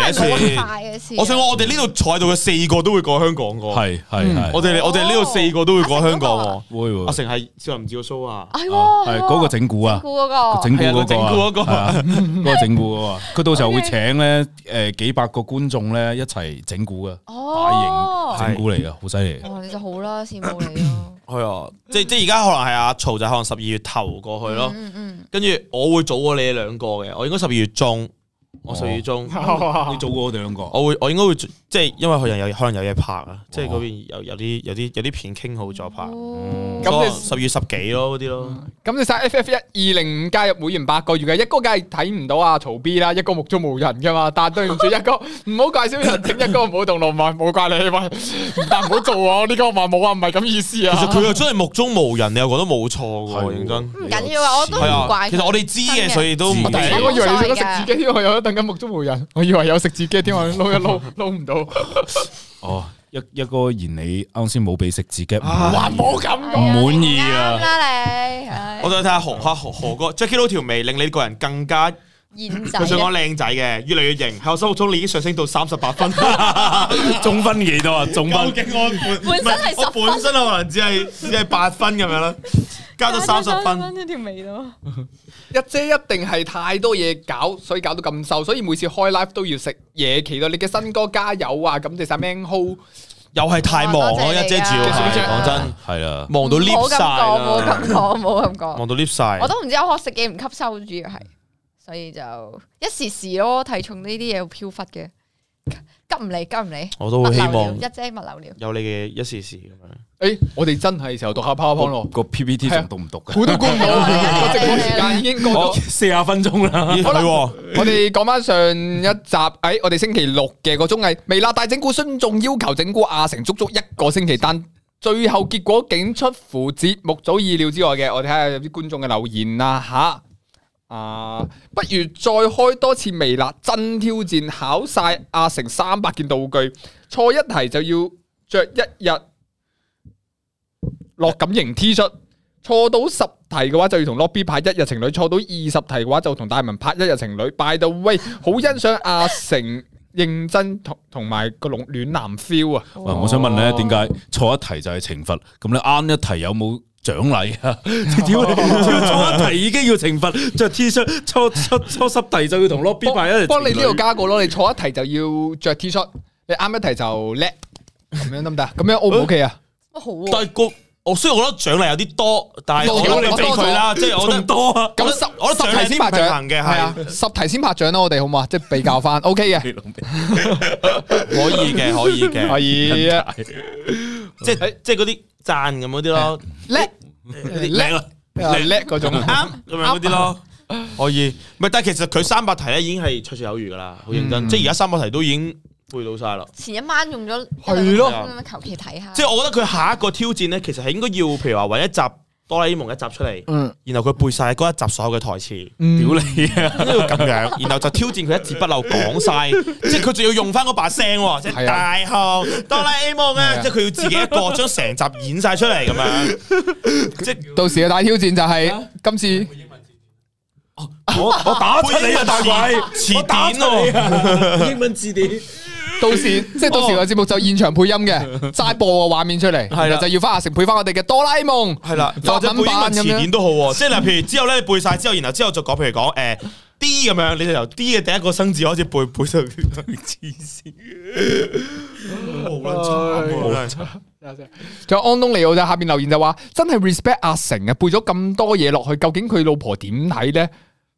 S1: 一次嘅，因為冇
S2: 嚟得
S1: 咁
S2: 切。
S1: 快嘅事。啊
S2: 我想講我哋呢度坐喺度嘅四個都會過香港㗎喎，
S3: 係係係，
S2: 我哋我哋呢度四個都會過香港喎。
S3: 會會
S2: 阿成係少林寺個 show 啊，
S1: 係
S3: 啊
S1: 喎，
S3: 係
S1: 係
S3: 嗰個
S1: 喎
S3: 整蠱啊
S1: 整。蠱嗰個
S3: 整蠱嗰
S2: 係啊佢整蠱嗰
S3: 個啊，係
S2: 個
S3: 啊嗰個整蠱嗰個，佢到時候會請咧誒幾百個觀眾咧一齊整蠱噶，
S1: 哦
S3: 大型整蠱嚟噶，好犀利㗎。
S1: 哦，你就好啦，羨慕你
S2: [LAUGHS]
S1: 咯。
S2: 係啊，即即而家可能係阿曹就可能十二月頭過去咯，
S1: 嗯嗯，
S2: 跟住我會早過你哋兩個嘅，我應該十二月中，我十二月中，
S3: 你做過我哋兩個，
S2: 我會我應該會即係因為可能有可能有嘢拍啊，即係嗰邊有有啲有啲有啲片傾好咗拍，嗯
S1: 哦
S4: 咁
S2: 咁
S4: 你
S2: 你十二月十幾咯嗰啲咯，
S4: 咁你晒 F F 一二零五加入會員八個月嘅，一哥梗係睇唔到啊曹 B 啦，一哥目中無人噶嘛，但對唔住一 [LAUGHS] 哥，唔好怪小人整一哥唔好動怒，唔係冇怪你，喂，但唔好做啊，呢個話冇啊，唔係咁意思 [LAUGHS]
S2: 其實
S4: 啊。
S2: 佢又真係目中無人，你又覺得冇錯喎，認真。
S1: 唔緊要啊，我都
S2: 係
S1: 唔
S2: 啊，
S1: 怪佢。
S2: 其實我哋知
S1: 真嘅
S2: 嘅，所以都唔
S3: 知嘅
S4: 我以為你
S1: 冇所謂㗎
S4: 得食自己添，我有一等緊目中無人，我以為有食自己 [LAUGHS] 添，我撈一撈撈唔到，
S3: 哦，一一哥嫌你啱先冇俾食自己，
S4: 哇冇
S1: 係
S4: 咁講
S1: 啊
S3: 唔滿意
S1: 啱
S3: 啊！
S1: 啦你，唉
S2: 我想睇下何何何哥 Jackie Lou 條眉令你個人更加，
S1: 現
S2: 佢想
S1: 仔
S2: 講
S1: 啊，
S2: 靚仔嘅，越嚟越型。喺我心目中你已經上升到三十八分，究
S3: 中分幾多啊？中分
S2: 竟我
S1: 本
S2: 本
S1: 身係
S2: 唔係我
S1: 10分
S2: 本身可能只係只係八分咁樣啦，加咗三十分。
S1: 呢條尾咯，
S4: 一姐一定係太多嘢搞，所以搞到咁瘦，所以每次開 live 都要食嘢。期待你嘅新歌加油啊！感謝晒 Man Ho，
S2: 又係太忙
S1: 多謝
S2: 咯，
S1: 你啊
S2: 一姐主要係講真，
S3: 係啦，
S2: 忙到啊 lift
S1: 冇咁
S2: 晒
S1: 講，冇
S2: 啦，
S1: 咁講，冇咁講。
S2: 忙到 lift 晒
S1: 我。都唔知我學食嘢唔吸收，主要係，
S2: 嗯
S1: 所以就一時時咯，體重呢啲嘢好飄忽嘅，急唔嚟，急唔嚟。
S2: 我都會希
S1: 物流了
S2: 望
S1: 一姐物流了，
S2: 有你嘅一時時咁樣。
S4: 誒，哎我哋真係時候讀下 PowerPoint 咯，
S3: 個 PPT
S4: 係啊
S3: 仲讀唔讀嘅？
S4: 估都估唔到，個直播時間已經過
S3: 我
S4: 咗。
S3: 四十分鐘啦，
S2: 咦，係喎
S4: 我哋講翻上一集，誒，我哋星期六嘅個綜藝微辣大整蠱，孫仲要求整蠱阿成足足一個星期，但最後結果竟出乎節目組意料之外嘅。我哋睇下有啲觀眾嘅留言啦吓。啊，不如再開多次微辣真挑戰，考晒阿成三百件道具，錯一題就要着一日落感型 T 恤。錯到十題嘅話，就要同 Lobby 拍一日情侶；錯到二十題嘅話，就同大文拍一日情侶。By the
S2: [LAUGHS]
S4: way，好欣賞阿成認真同同埋個暖暖男 feel 啊！
S3: 喂，我想問咧，點解錯一題就係懲罰？咁你啱一題有冇獎勵 [LAUGHS] 啊？屌你，錯一題已經要懲罰，着 T 恤錯錯錯十題就要同 lobby 牌一齊。
S4: 幫你呢度加個咯，你錯一題就要着 T 恤，你啱一題就叻，咁樣
S2: [LAUGHS]
S4: 得唔得？咁樣 O 唔 OK 啊？
S1: 哇好喎
S2: 但係個我雖然我覺得獎勵有啲多，但係
S4: 多
S2: 我
S4: 咗
S2: 覺得你俾佢啦，即係我覺得
S3: 仲多啊！
S4: 咁
S2: 我覺
S4: 十
S2: 得我覺得
S4: 十
S2: 獎
S4: 題
S2: 勵
S4: 先
S2: 啲
S4: 拍
S2: 唔平衡
S4: 獎
S2: 嘅
S4: 係啊，十題先拍獎啦，我哋好嘛？即係比較翻 OK
S2: [LAUGHS]
S4: 啊嘅，
S2: 可以
S4: [LAUGHS]
S2: 嘅，可以
S4: 可
S2: 嘅，
S4: 以啊
S2: 即係即係嗰啲讚咁嗰啲咯， [LAUGHS]
S4: 叻
S3: 靚
S4: 叻
S3: 啊！
S4: 啊叻嗰種。
S2: 啱咁樣嗰啲咯，可以。唔係，但係其實佢三百題咧已經係綽綽有餘噶啦，好認
S4: 嗯
S2: 真。即係而家三百題都已經背到晒啦。
S1: 前一晚用咗
S4: 係咯
S1: 一兩個鐘咁樣求其睇下，
S2: 即係我覺得佢下一個挑戰咧，其實係應該要，譬如話揾一集哆啦 A 夢一集出嚟，
S4: 嗯
S2: 然後佢背晒嗰一集所有嘅台詞。
S4: 嗯
S3: 屌你啊！
S2: 應該要咁樣， [LAUGHS] 然後就挑戰佢一字不漏講
S3: [LAUGHS]
S2: 晒，即係佢仲要用翻嗰把聲喎，即
S4: 係啊
S2: 係大雄哆啦 A 夢
S4: 係啊
S2: 啊，即係佢要自己一個將成集演晒出嚟
S3: [LAUGHS]
S2: 咁樣，即係
S4: 到時嘅大挑戰就
S2: 啊
S4: 係今次。
S5: 英文字典，
S3: 我我打出你啊，大鬼！
S2: 詞
S3: 我打出
S2: 典
S3: 你 [LAUGHS]
S2: 咯，
S3: 啊！英文字典。
S4: 到時即係到時個節目就現場配音嘅，齋播個畫面出嚟，
S2: 啦
S4: 然後就要翻阿成配翻我哋嘅哆啦 A 夢，
S2: 係啦，
S4: 法
S2: 或者
S4: 文
S2: 背英
S4: 版
S2: 文
S4: 咁
S2: 詞典
S4: 樣。
S2: 都好喎，即係嗱，譬如之後咧背晒之後，然後之後就講，譬如講誒 D 咁樣，你就由 D 嘅第一個生字開始背背到黐
S3: [LAUGHS]
S2: 線，好撚慘啊！
S4: 仲有安東尼奧就下邊留言就話：真係 respect 阿成啊，背咗咁多嘢落去，究竟佢老婆點睇呢？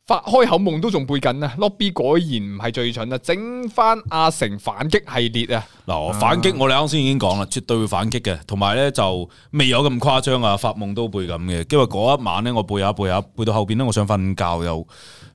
S4: 發開口夢都仲背緊啊！Lobby 果然唔係最蠢啊，整翻阿成反擊系列啊！
S3: 嗱，我反擊我哋啱先已經講啦，絕對會反擊嘅，同埋咧就未有咁誇張啊，發夢都背咁嘅，因為嗰一晚咧我背下背下，背到後邊咧我想瞓覺又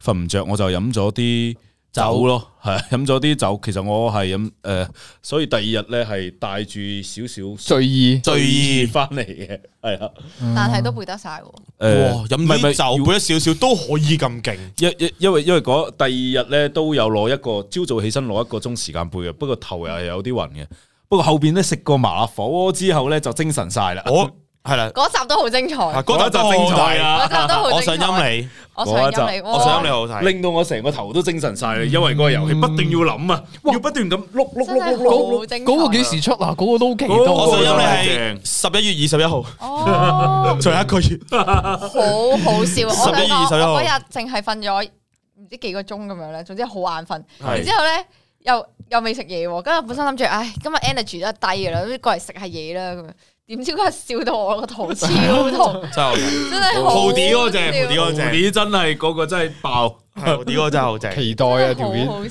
S3: 瞓唔着，我就飲咗啲酒咯，係飲咗啲酒，其實我係飲誒，所以第二日咧係帶住少少
S4: 隨意
S2: 醉意
S3: 翻嚟嘅，係啦，
S1: 但係都背得晒喎。
S3: 誒
S2: 哇，飲
S3: 唔係唔係
S2: 啲酒背一少少都可以咁勁。
S3: 因因因為因為嗰第二日咧都有攞一個朝早起身攞一個鐘時間背嘅，不過頭又係有啲暈嘅，不過後邊咧食過麻辣火鍋之後咧就精神晒啦。
S2: 我係啦，
S1: 嗰集都好精彩，
S2: 啊
S1: 嗰
S2: 嗰集就精彩啦，
S1: 集都好
S2: 我
S1: 精
S2: 想
S1: 彩。
S2: 陰你，
S1: 我想
S3: 嗰
S1: 陰
S3: 一
S1: 你，
S3: 集
S2: 我想陰你
S1: 哇
S2: 好
S3: [LAUGHS]
S2: 睇。
S3: 令到我成個頭都精神晒
S2: 嗯
S3: 啦，因為嗰個遊戲不斷要諗啊，要不斷咁碌碌
S1: 真
S3: 碌碌
S1: 係
S3: 碌碌
S1: 好。精彩。
S4: 嗰個幾時出啊？嗰個都幾
S3: 嗰個
S2: 我
S4: 多
S2: 想
S4: 啊。
S2: 陰你係十一月二十一
S1: [LAUGHS]
S2: 號，
S1: 哦，
S2: 最後一個月。
S1: 好好笑。我想
S2: 11月21
S1: 講，
S2: 號
S1: 我嗰日淨係瞓咗唔知幾個鐘咁樣咧，總之好眼瞓。然
S2: 係
S1: 之後咧又又未食嘢喎，跟住本身諗住，唉，今日 energy 都係低嘅啦，咁過嚟食下嘢啦咁樣。點知嗰日笑到我個肚超痛，
S2: [LAUGHS] 真係好睇
S1: 真係好
S2: 豪啲嗰隻，
S1: 笑
S2: 豪啲嗰隻，
S3: 你真係嗰個真係爆，
S2: 係屌我真係好 [LAUGHS] 正。
S4: 期待啊條
S1: 好
S4: 片，
S1: 好笑。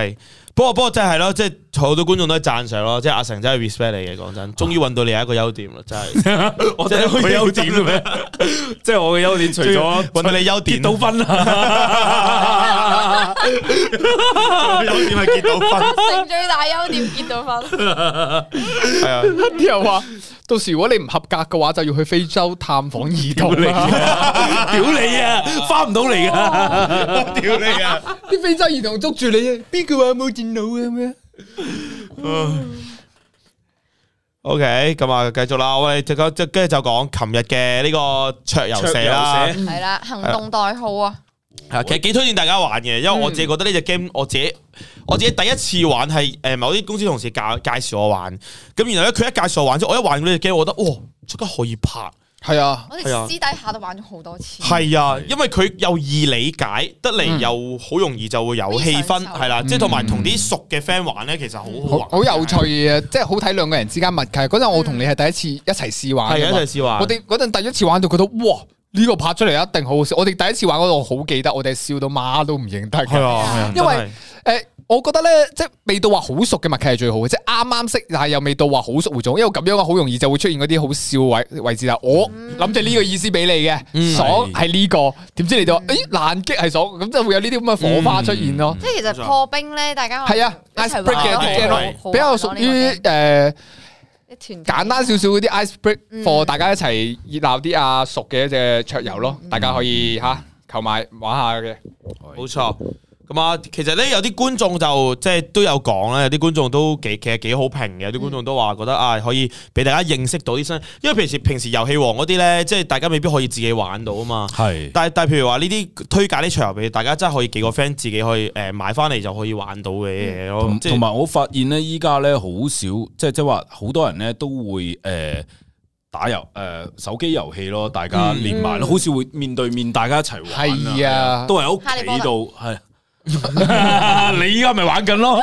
S2: 系，不過不過真係咯，即係好多觀眾都係讚賞咯，即係阿成真係 respect 你嘅，講真，終於揾到你有一個優點啦，真 [LAUGHS] 係
S3: [LAUGHS] 我哋有優點
S2: 啊
S3: 嘅咩？ [LAUGHS] 即係我嘅優點，除咗
S2: 揾到你優
S3: 結
S2: 點，
S3: 到
S2: [LAUGHS]
S3: 婚啦，
S2: 優點係結到婚，
S1: 成最大優點結到
S2: [LAUGHS]
S1: 婚，
S2: 係啊，
S4: 啲人話到時如果你唔合格嘅話，就要去非洲探訪啊兒童啦。
S3: 屌你
S2: [LAUGHS]
S3: 啊，翻唔到嚟噶，
S2: 屌你啊！
S4: 啲非洲兒童捉住你，邊個話冇電腦嘅咩？
S2: O K，咁啊，繼續啦，我哋即刻即跟住就講琴日嘅呢個桌遊社
S3: 桌
S2: 啦
S3: 遊，
S1: 係啦，行動代號啊，
S2: 係其實幾推薦大家玩嘅，因為我自己覺得呢只 game 我自己我自己第一次玩係誒某啲公司同事介介紹我玩，咁然後咧佢一介紹我玩之後，我一玩過呢只 game，我覺得哇，即刻可以拍。
S4: 係啊，
S1: 我哋
S2: 係啊
S1: 私底下都玩咗好多次，
S2: 系啊，因為佢又易理解得嚟，
S4: 嗯
S2: 又好容易就會有氣氛，
S1: 非常
S2: 係啦，
S4: 嗯
S2: 即係同埋同啲熟嘅 friend 玩咧，其實好好
S4: 好
S2: 玩，
S4: 好有趣嘅，即係好睇兩個人之間默契。嗰陣我同你係第一次一齊試玩
S2: 係啊，
S4: 㗎
S2: 一
S4: 嘛
S2: 齊試玩
S4: 我。哋嗰陣第一次玩到覺得哇！呢個拍出嚟一定好好笑，我哋第一次玩嗰度我好記得，我哋係笑到媽都唔認得嘅。
S2: 係啊，係啊
S4: 因為
S2: 真係
S4: 诶、呃我覺得咧，即系未到話好熟嘅默契係最好嘅，即系啱啱識，但係又未到話好熟互做，因為咁樣嘅好容易就會出現嗰啲好笑位位置啦。我
S1: 嗯
S4: 諗住呢個意思俾你
S2: 嗯
S4: 嘅，爽係呢、個，點知你就話诶難擊係爽，咁就會有呢啲咁嘅火花出現咯。
S1: 即係其實破冰咧，大家
S4: 係啊
S1: 一齊
S4: ice
S1: 玩
S4: break
S2: 嘅
S1: 咗好耐
S2: 嘅
S1: 好啊
S3: 嗯
S4: 比較
S1: 玩
S4: 屬
S1: 咯
S4: 於
S1: 呢
S4: 诶
S1: 個 game，一團
S4: 简单少少嗰啲 ice break，
S1: 嗯
S4: for 大家一齊熱鬧啲啊熟嘅一隻桌遊咯，大家可以
S1: 嗯
S4: 吓購買玩下嘅。
S2: 冇錯。咁啊，其實咧有啲觀眾就即係都有講咧，有啲觀眾都幾其實幾好評嘅，有啲觀眾都話覺得啊可以俾大家認識到啲新，因為平時平時遊戲王嗰啲咧，即係大家未必可以自己玩到啊嘛。
S3: 係
S2: 但係但係譬如話呢啲推介啲桌遊俾大家，真係可以幾個 friend 自己可以誒買翻嚟就可以玩到嘅嘢
S4: 哦
S2: 咯
S3: 同。
S2: 即
S3: 嗯同
S2: 係
S3: 埋我發現咧，依家咧好少，即係即係話好多人咧都會诶。打遊诶手機遊戲咯，大家連埋咯，好少會面對面，大家一齊玩
S4: 嗯係啊
S3: 都係喺屋企度係。 [LAUGHS] 你依家咪玩緊
S4: [LAUGHS]
S3: 咯，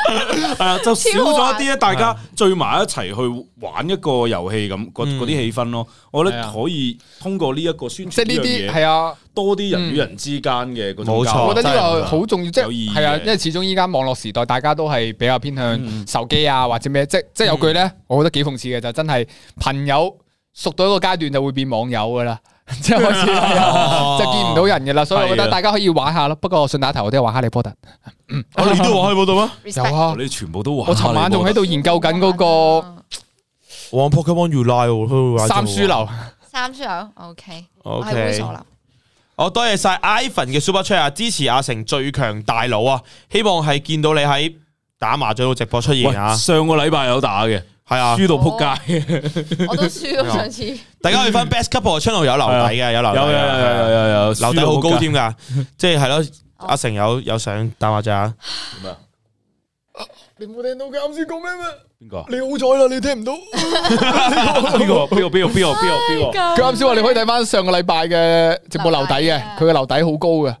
S3: 係啊，就少
S1: 超好
S3: 咗一
S1: 玩
S3: 啲咧，大家聚埋一齊去玩一個遊戲咁，嗰
S2: 嗯
S3: 嗰啲氣氛咯，我覺
S4: 係
S3: 得
S4: 啊
S3: 可以通過呢一個宣
S4: 即
S3: 傳
S4: 係呢
S3: 樣
S4: 啲
S3: 嘢
S4: 係啊。
S3: 多啲人與人之間嘅嗰種
S2: 冇錯
S3: 交流，
S4: 我覺得呢個好重要，即
S3: 有意義
S4: 係係啊，
S3: 嘅
S4: 因為始終依家網絡時代，大家都係比較偏
S3: 嗯
S4: 向手機啊或者咩，即即有句咧，我覺得幾諷刺嘅就真係朋友熟到一個階段就會變網友噶啦， [LAUGHS] 即係開始係啊就見唔到人噶啦，所以我
S3: 哦
S4: 覺
S3: 係
S4: 得
S3: 啊
S4: 大家可以玩下咯。不過順帶一提，我都有玩哈利波特，
S3: 哦
S2: 啊你都玩開嗰度咩？
S4: 有
S1: respect，
S4: 啊，
S3: 你全部都玩。
S4: 我尋晚仲喺度研究緊嗰個
S2: 玩 Pokemon U Lie 喎，佢玩
S3: 啊
S4: 三書。流，
S1: 三書友，OK，
S2: O
S1: 我係猥
S2: K，
S1: 瑣啦，
S2: 我多謝晒 Ivan 嘅 Super Chat 啊，支持阿成最強大佬啊！希望係見到你喺打麻雀佬直播出
S3: 喂
S2: 現啊，
S3: 上個禮拜有打嘅，
S2: 係啊，
S3: 輸到扑街，
S1: 我都輸咗上次，
S2: 大家去翻 Best Couple 嘅 channel 有留底嘅，有留
S3: 有有有
S2: 底
S3: [LAUGHS] 有
S2: 嘅，
S3: 有有，
S2: 留底好高添㗎，即係係咯，
S1: 哦
S2: 阿成有有想打麻雀啊，
S3: 輸到仆街。
S4: 你冇聽到佢啱先講咩
S3: 邊
S4: 咩？
S3: 個？
S4: 你好彩啦，你聽唔到。
S3: [LAUGHS] 邊個？邊個？邊個？邊個？邊個？邊個？
S4: 佢啱先話你可以睇翻上個禮拜嘅直播留底嘅，佢嘅留底好高嘅。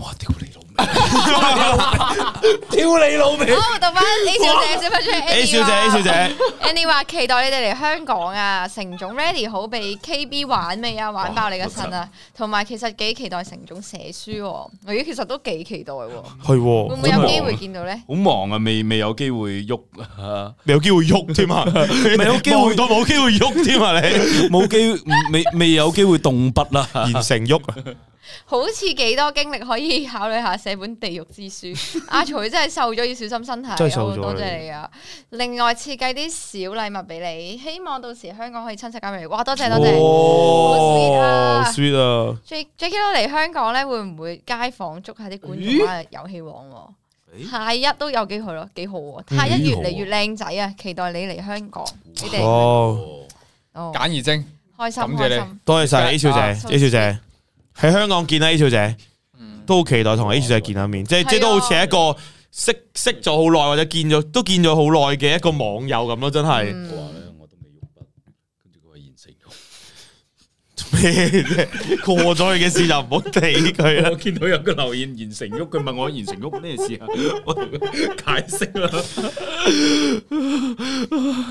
S3: 哇！屌你老味！ [LAUGHS] 屌你老味！
S1: 好，讀翻 A 小姐先，翻出
S2: A 小姐，A 小姐，
S1: Annie 話期待你哋嚟香港啊！成總 à, ready 好被 KB 玩未啊？玩爆你個腎啊！同埋其實幾期待成總寫書喎，我咦其實都幾期待喎，
S2: 係喎
S1: 會唔會有機會見到咧？
S3: 好忙啊，未未有機會喐啊，
S2: 未有機會喐添啊，未
S3: 有機會
S2: 到冇機會喐添啊，你
S3: 冇機未未有機會動筆啦。
S2: 言成喐啊，
S1: 好似幾多經歷可以考慮下寫本《地獄之書》。阿徐真係瘦咗，要小心身體。
S2: 真係瘦咗
S1: 好多謝
S2: 你
S1: 你啊！另外設計啲小禮物俾你，希望到時香港可以親戚交俾你。哇！多謝多謝。
S2: 哦
S1: 好
S2: sweet 啊，
S1: J J K 都嚟香港咧，會唔會街訪捉下啲觀眾啊？遊戲王喎
S3: 咦
S1: 太一都有機會咯，幾好喎！太一越嚟越靚仔啊！期待你嚟香港，你哋
S2: 哦，
S1: 哦
S4: 簡而精，
S1: 開心
S4: 感謝
S1: 開
S4: 你
S1: 心。
S2: 多謝晒 A 小姐
S1: 啊
S2: ，A 小姐喺香港見啦，A 小姐都好期待同 A 小姐見下面，即係
S1: 係啊
S2: 即係都好似一個識識咗好耐或者見咗都見咗好耐嘅一個網友咁咯，真係
S1: 嗯
S3: 咧，我都未用筆，跟住佢話言承旭，
S2: 未先？過咗去嘅事就唔好理佢啦
S3: [LAUGHS]
S2: [LAUGHS]
S3: 我。見到有個留言言承旭，佢問我言承旭咩事啊？我同佢解釋啦。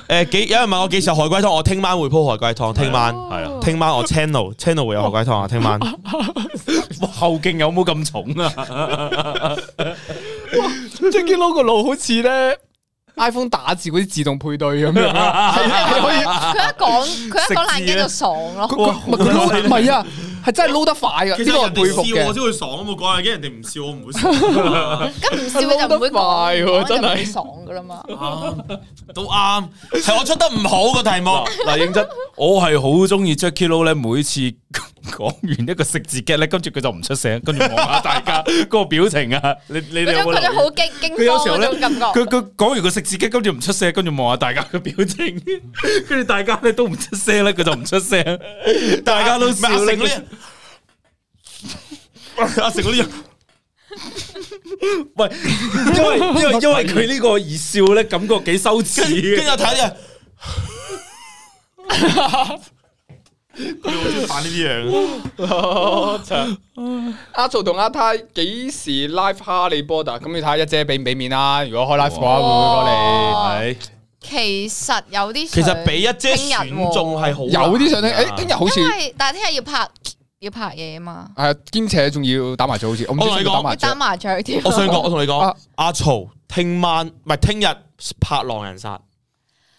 S2: 诶，几有人問我幾時有海龜湯，我聽晚會鋪海龜湯。聽晚
S1: 係啊
S2: 聽晚我 channel channel 會有海龜湯啊。聽晚
S3: 哇後勁有冇咁重啊？
S4: Jacky Lou 个腦好似咧 iPhone 打字嗰啲自動配對
S2: [LAUGHS]
S4: 咁樣。
S1: 佢一講佢一講爛機就爽咯
S4: 佢。佢唔係佢撈唔係啊，係真係撈得快噶，呢個係佩服嘅。
S2: 先會爽啊！冇講嘢，人哋唔笑我唔會 [LAUGHS] 笑，
S1: 咁唔笑佢就唔會
S4: 撈得快喎
S1: 講，
S4: 真係
S1: 係爽噶啦嘛。
S2: 都啱。係我出得唔好個題目。
S3: 嗱，認真，我係好中意 Jackie Lou 咧，每次講完一個食字嘅咧，跟住佢就唔出聲，跟住望下大
S2: [LAUGHS]
S3: 家嗰個表情啊，你你哋
S1: 嗰
S3: 有
S1: 種
S3: 冇
S1: 嗰種
S3: 留意？
S1: 好驚
S3: 佢有
S1: 驚
S3: 時候
S1: 慌
S3: 咧
S1: 嗰種感覺。
S3: 佢佢講完個食字嘅，跟住唔出聲，跟住望下大家嘅表情， [LAUGHS] 跟住大家咧都唔出聲咧，佢就唔出聲，
S2: [LAUGHS]
S3: 大家都笑
S2: 阿成
S3: 咧。
S2: 嗰啲，阿成嗰啲
S3: 喂，因為因為因為佢呢個而笑咧，感覺幾羞恥嘅
S2: 跟跟住我睇啲人，佢好中意扮呢啲樣。 [LAUGHS]
S4: 阿曹同阿泰幾時 live 哈利波特？咁你睇下一姐俾唔俾面啦？如果開 live 嘅話，會唔會過嚟？
S2: 啊
S3: 係
S1: 其實有啲
S2: 其
S1: 想
S2: 實俾一姐
S1: 聽日
S2: 選
S1: 喎
S2: 中係好啊
S4: 有啲想聽，
S2: 難㗎
S4: 誒聽日好似
S1: 因為但係聽日要拍要拍嘢嘛，
S4: 係啊兼且仲要打麻雀，好似我唔知
S2: 我同你
S4: 要
S2: 講
S4: 打麻
S1: 要
S4: 雀
S1: 打。麻雀添。
S2: [LAUGHS] 我想
S4: [LAUGHS]
S2: 講，我同你講
S4: 啊，
S2: 阿曹聽晚唔係聽日拍《狼人殺》，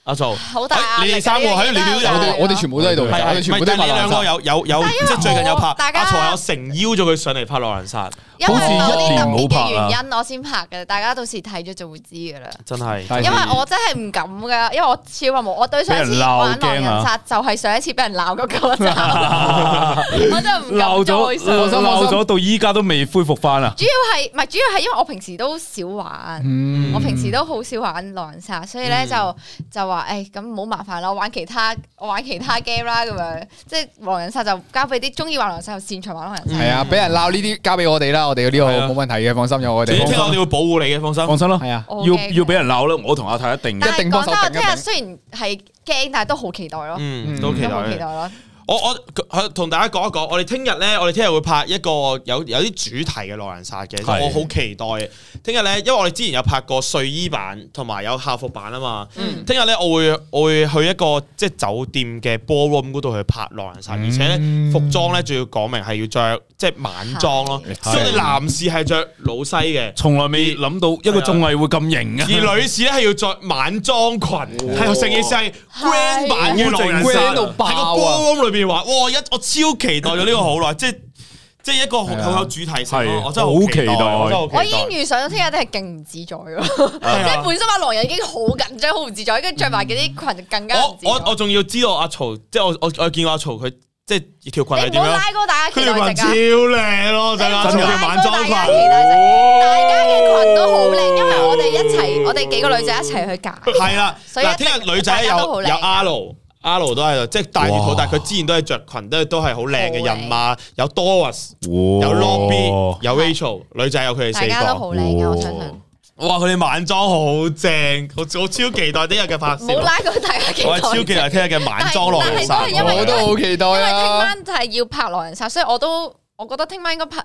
S2: 阿
S4: [LAUGHS]
S2: 曹
S1: 好大壓力啊
S2: 哎你哋三個喺度你哋都有啊
S4: 我哋我哋全部都喺度，
S2: 係係
S4: 我哋
S2: 唔
S4: 全
S2: 係
S4: 部都
S2: 但
S4: 係
S2: 係你
S4: 麻
S2: 兩
S4: 雀
S2: 個。有有有，
S1: 但因為
S2: 即係最近有拍，
S1: 我大家
S2: 阿曹有誠邀咗佢上嚟拍《狼人殺》，
S1: 因為某
S3: 好似一
S1: 啲
S3: 年
S1: 特
S3: 冇
S1: 別
S3: 拍啊
S1: 嘅原因，我先拍嘅，大家到時睇咗就會知噶啦。
S2: 真係
S4: 但係
S1: 因為我真係唔敢噶，因為我超話冇，我對上一
S3: 俾
S1: 次
S3: 人鬧
S1: 玩狼人
S4: [LAUGHS]
S1: 殺就係上一次俾人鬧嗰個就，我真係唔
S3: 鬧
S1: 敢
S3: 咗
S1: 再上。
S3: 鬧咗到依家都未恢復翻啊！
S1: 主要係唔係主要係因為我平時都少玩，
S4: 嗯
S1: 我平時都好少玩狼人殺，所以咧就就話誒咁唔好麻煩啦，我玩其他我玩其他 game 啦咁樣，即係狼人殺就交俾啲中意玩狼人殺又擅長玩狼人
S2: 嗯
S1: 殺。
S4: 係啊，俾人鬧呢啲交俾我哋啦，我哋呢度
S3: 係啊
S4: 冇問題嘅，放心有我
S2: 你
S4: 哋。
S2: 聽日我哋會保護你嘅，放心。
S3: 放心啦，
S4: 係啊，
S1: 我
S3: 要
S1: OK 嘅
S3: 要俾人鬧啦，我同阿泰一定。
S1: 但係
S4: 一定幫
S1: 講
S4: 手
S1: 真，我
S4: 定
S1: 聽
S4: 一定
S1: 日雖然係驚，但係都好期待咯，
S2: 嗯，
S4: 嗯
S2: 都期
S1: 都
S2: 待
S1: 好期
S2: 嘅
S1: 待。咯。
S2: 我我佢同大家講一講，我哋聽日咧，我哋聽日會拍一個有有啲主題嘅狼人殺嘅，
S3: 係
S2: 我好期待嘅。聽日咧，因為我哋之前有拍過睡衣版同埋有校服版啊嘛。
S1: 嗯
S2: 聽日咧，我會我會去一個即係酒店嘅 ballroom 嗰度去拍狼人殺，而且咧
S4: 嗯
S2: 服裝咧仲要講明係要着即係晚裝咯。
S3: 係
S2: 所以我哋男士係着老西嘅。
S3: 從來未諗到一個綜藝會咁型
S2: 而
S3: 啊！
S2: 女士咧係要着晚裝裙，係成件事係 grand 版嘅狼人殺
S4: 好正 grand 到爆啊
S2: 喺個 ballroom 裏邊玩，哇！一我超期待咗呢個好耐，即係即係一個好
S4: 係啊
S2: 好有主題性
S3: 係
S2: 咯，我真係好期待，
S3: 好期
S2: 我
S3: 待
S2: 真係
S1: 我
S2: 好
S1: 已
S2: 期
S1: 經
S2: 待。
S1: 預想到聽日都係勁唔自在咯，
S2: 係
S1: 即係
S2: 啊
S1: 本身玩狼人已經好緊張、好唔自在，跟住着埋嗰啲裙就更加唔
S2: 我
S1: 自在。
S2: 我我仲要知道阿曹，即係我我我見過阿曹佢即係條裙係
S1: 你唔
S2: 點
S1: 好
S2: 樣，
S1: 拉高大家
S2: 佢
S1: 期
S2: 條
S1: 待
S2: 裙
S1: 值
S2: 超
S1: 啊！
S2: 靚咯，真係
S1: 真
S2: 真
S1: 嘅
S2: 嘅晚裝裙。
S1: 大家嘅裙都好靚，因為我哋一齊，我哋幾個女仔一齊去揀。
S2: [LAUGHS] 係啦，
S1: 所以
S2: 嗱，
S1: 一定
S2: 聽日女仔有
S1: 大家都好靚
S2: 有 R。R 都喺度，即係大住肚，但係佢之前都係着裙，都都係好靚嘅
S1: 好靚
S2: 人馬，有 Doris，
S3: 有
S2: 有 Lobby，有 Rachel，女仔有佢哋
S1: 大
S2: 四
S1: 家都
S2: 個。
S1: 好靚嘅，我相信。
S2: 哇！佢哋晚裝好正，我我超期待聽日嘅拍
S1: 唔好
S2: 攝。啊
S1: 拉高大家期
S2: 我係超期
S1: 待
S2: 待啊
S1: 值。
S2: 聽日嘅晚裝落嚟晒。
S1: 但係因為
S4: 我都好期待
S1: 因為聽
S4: 啊！
S1: 晚就係要拍狼人殺，所以我都我覺得聽晚應該拍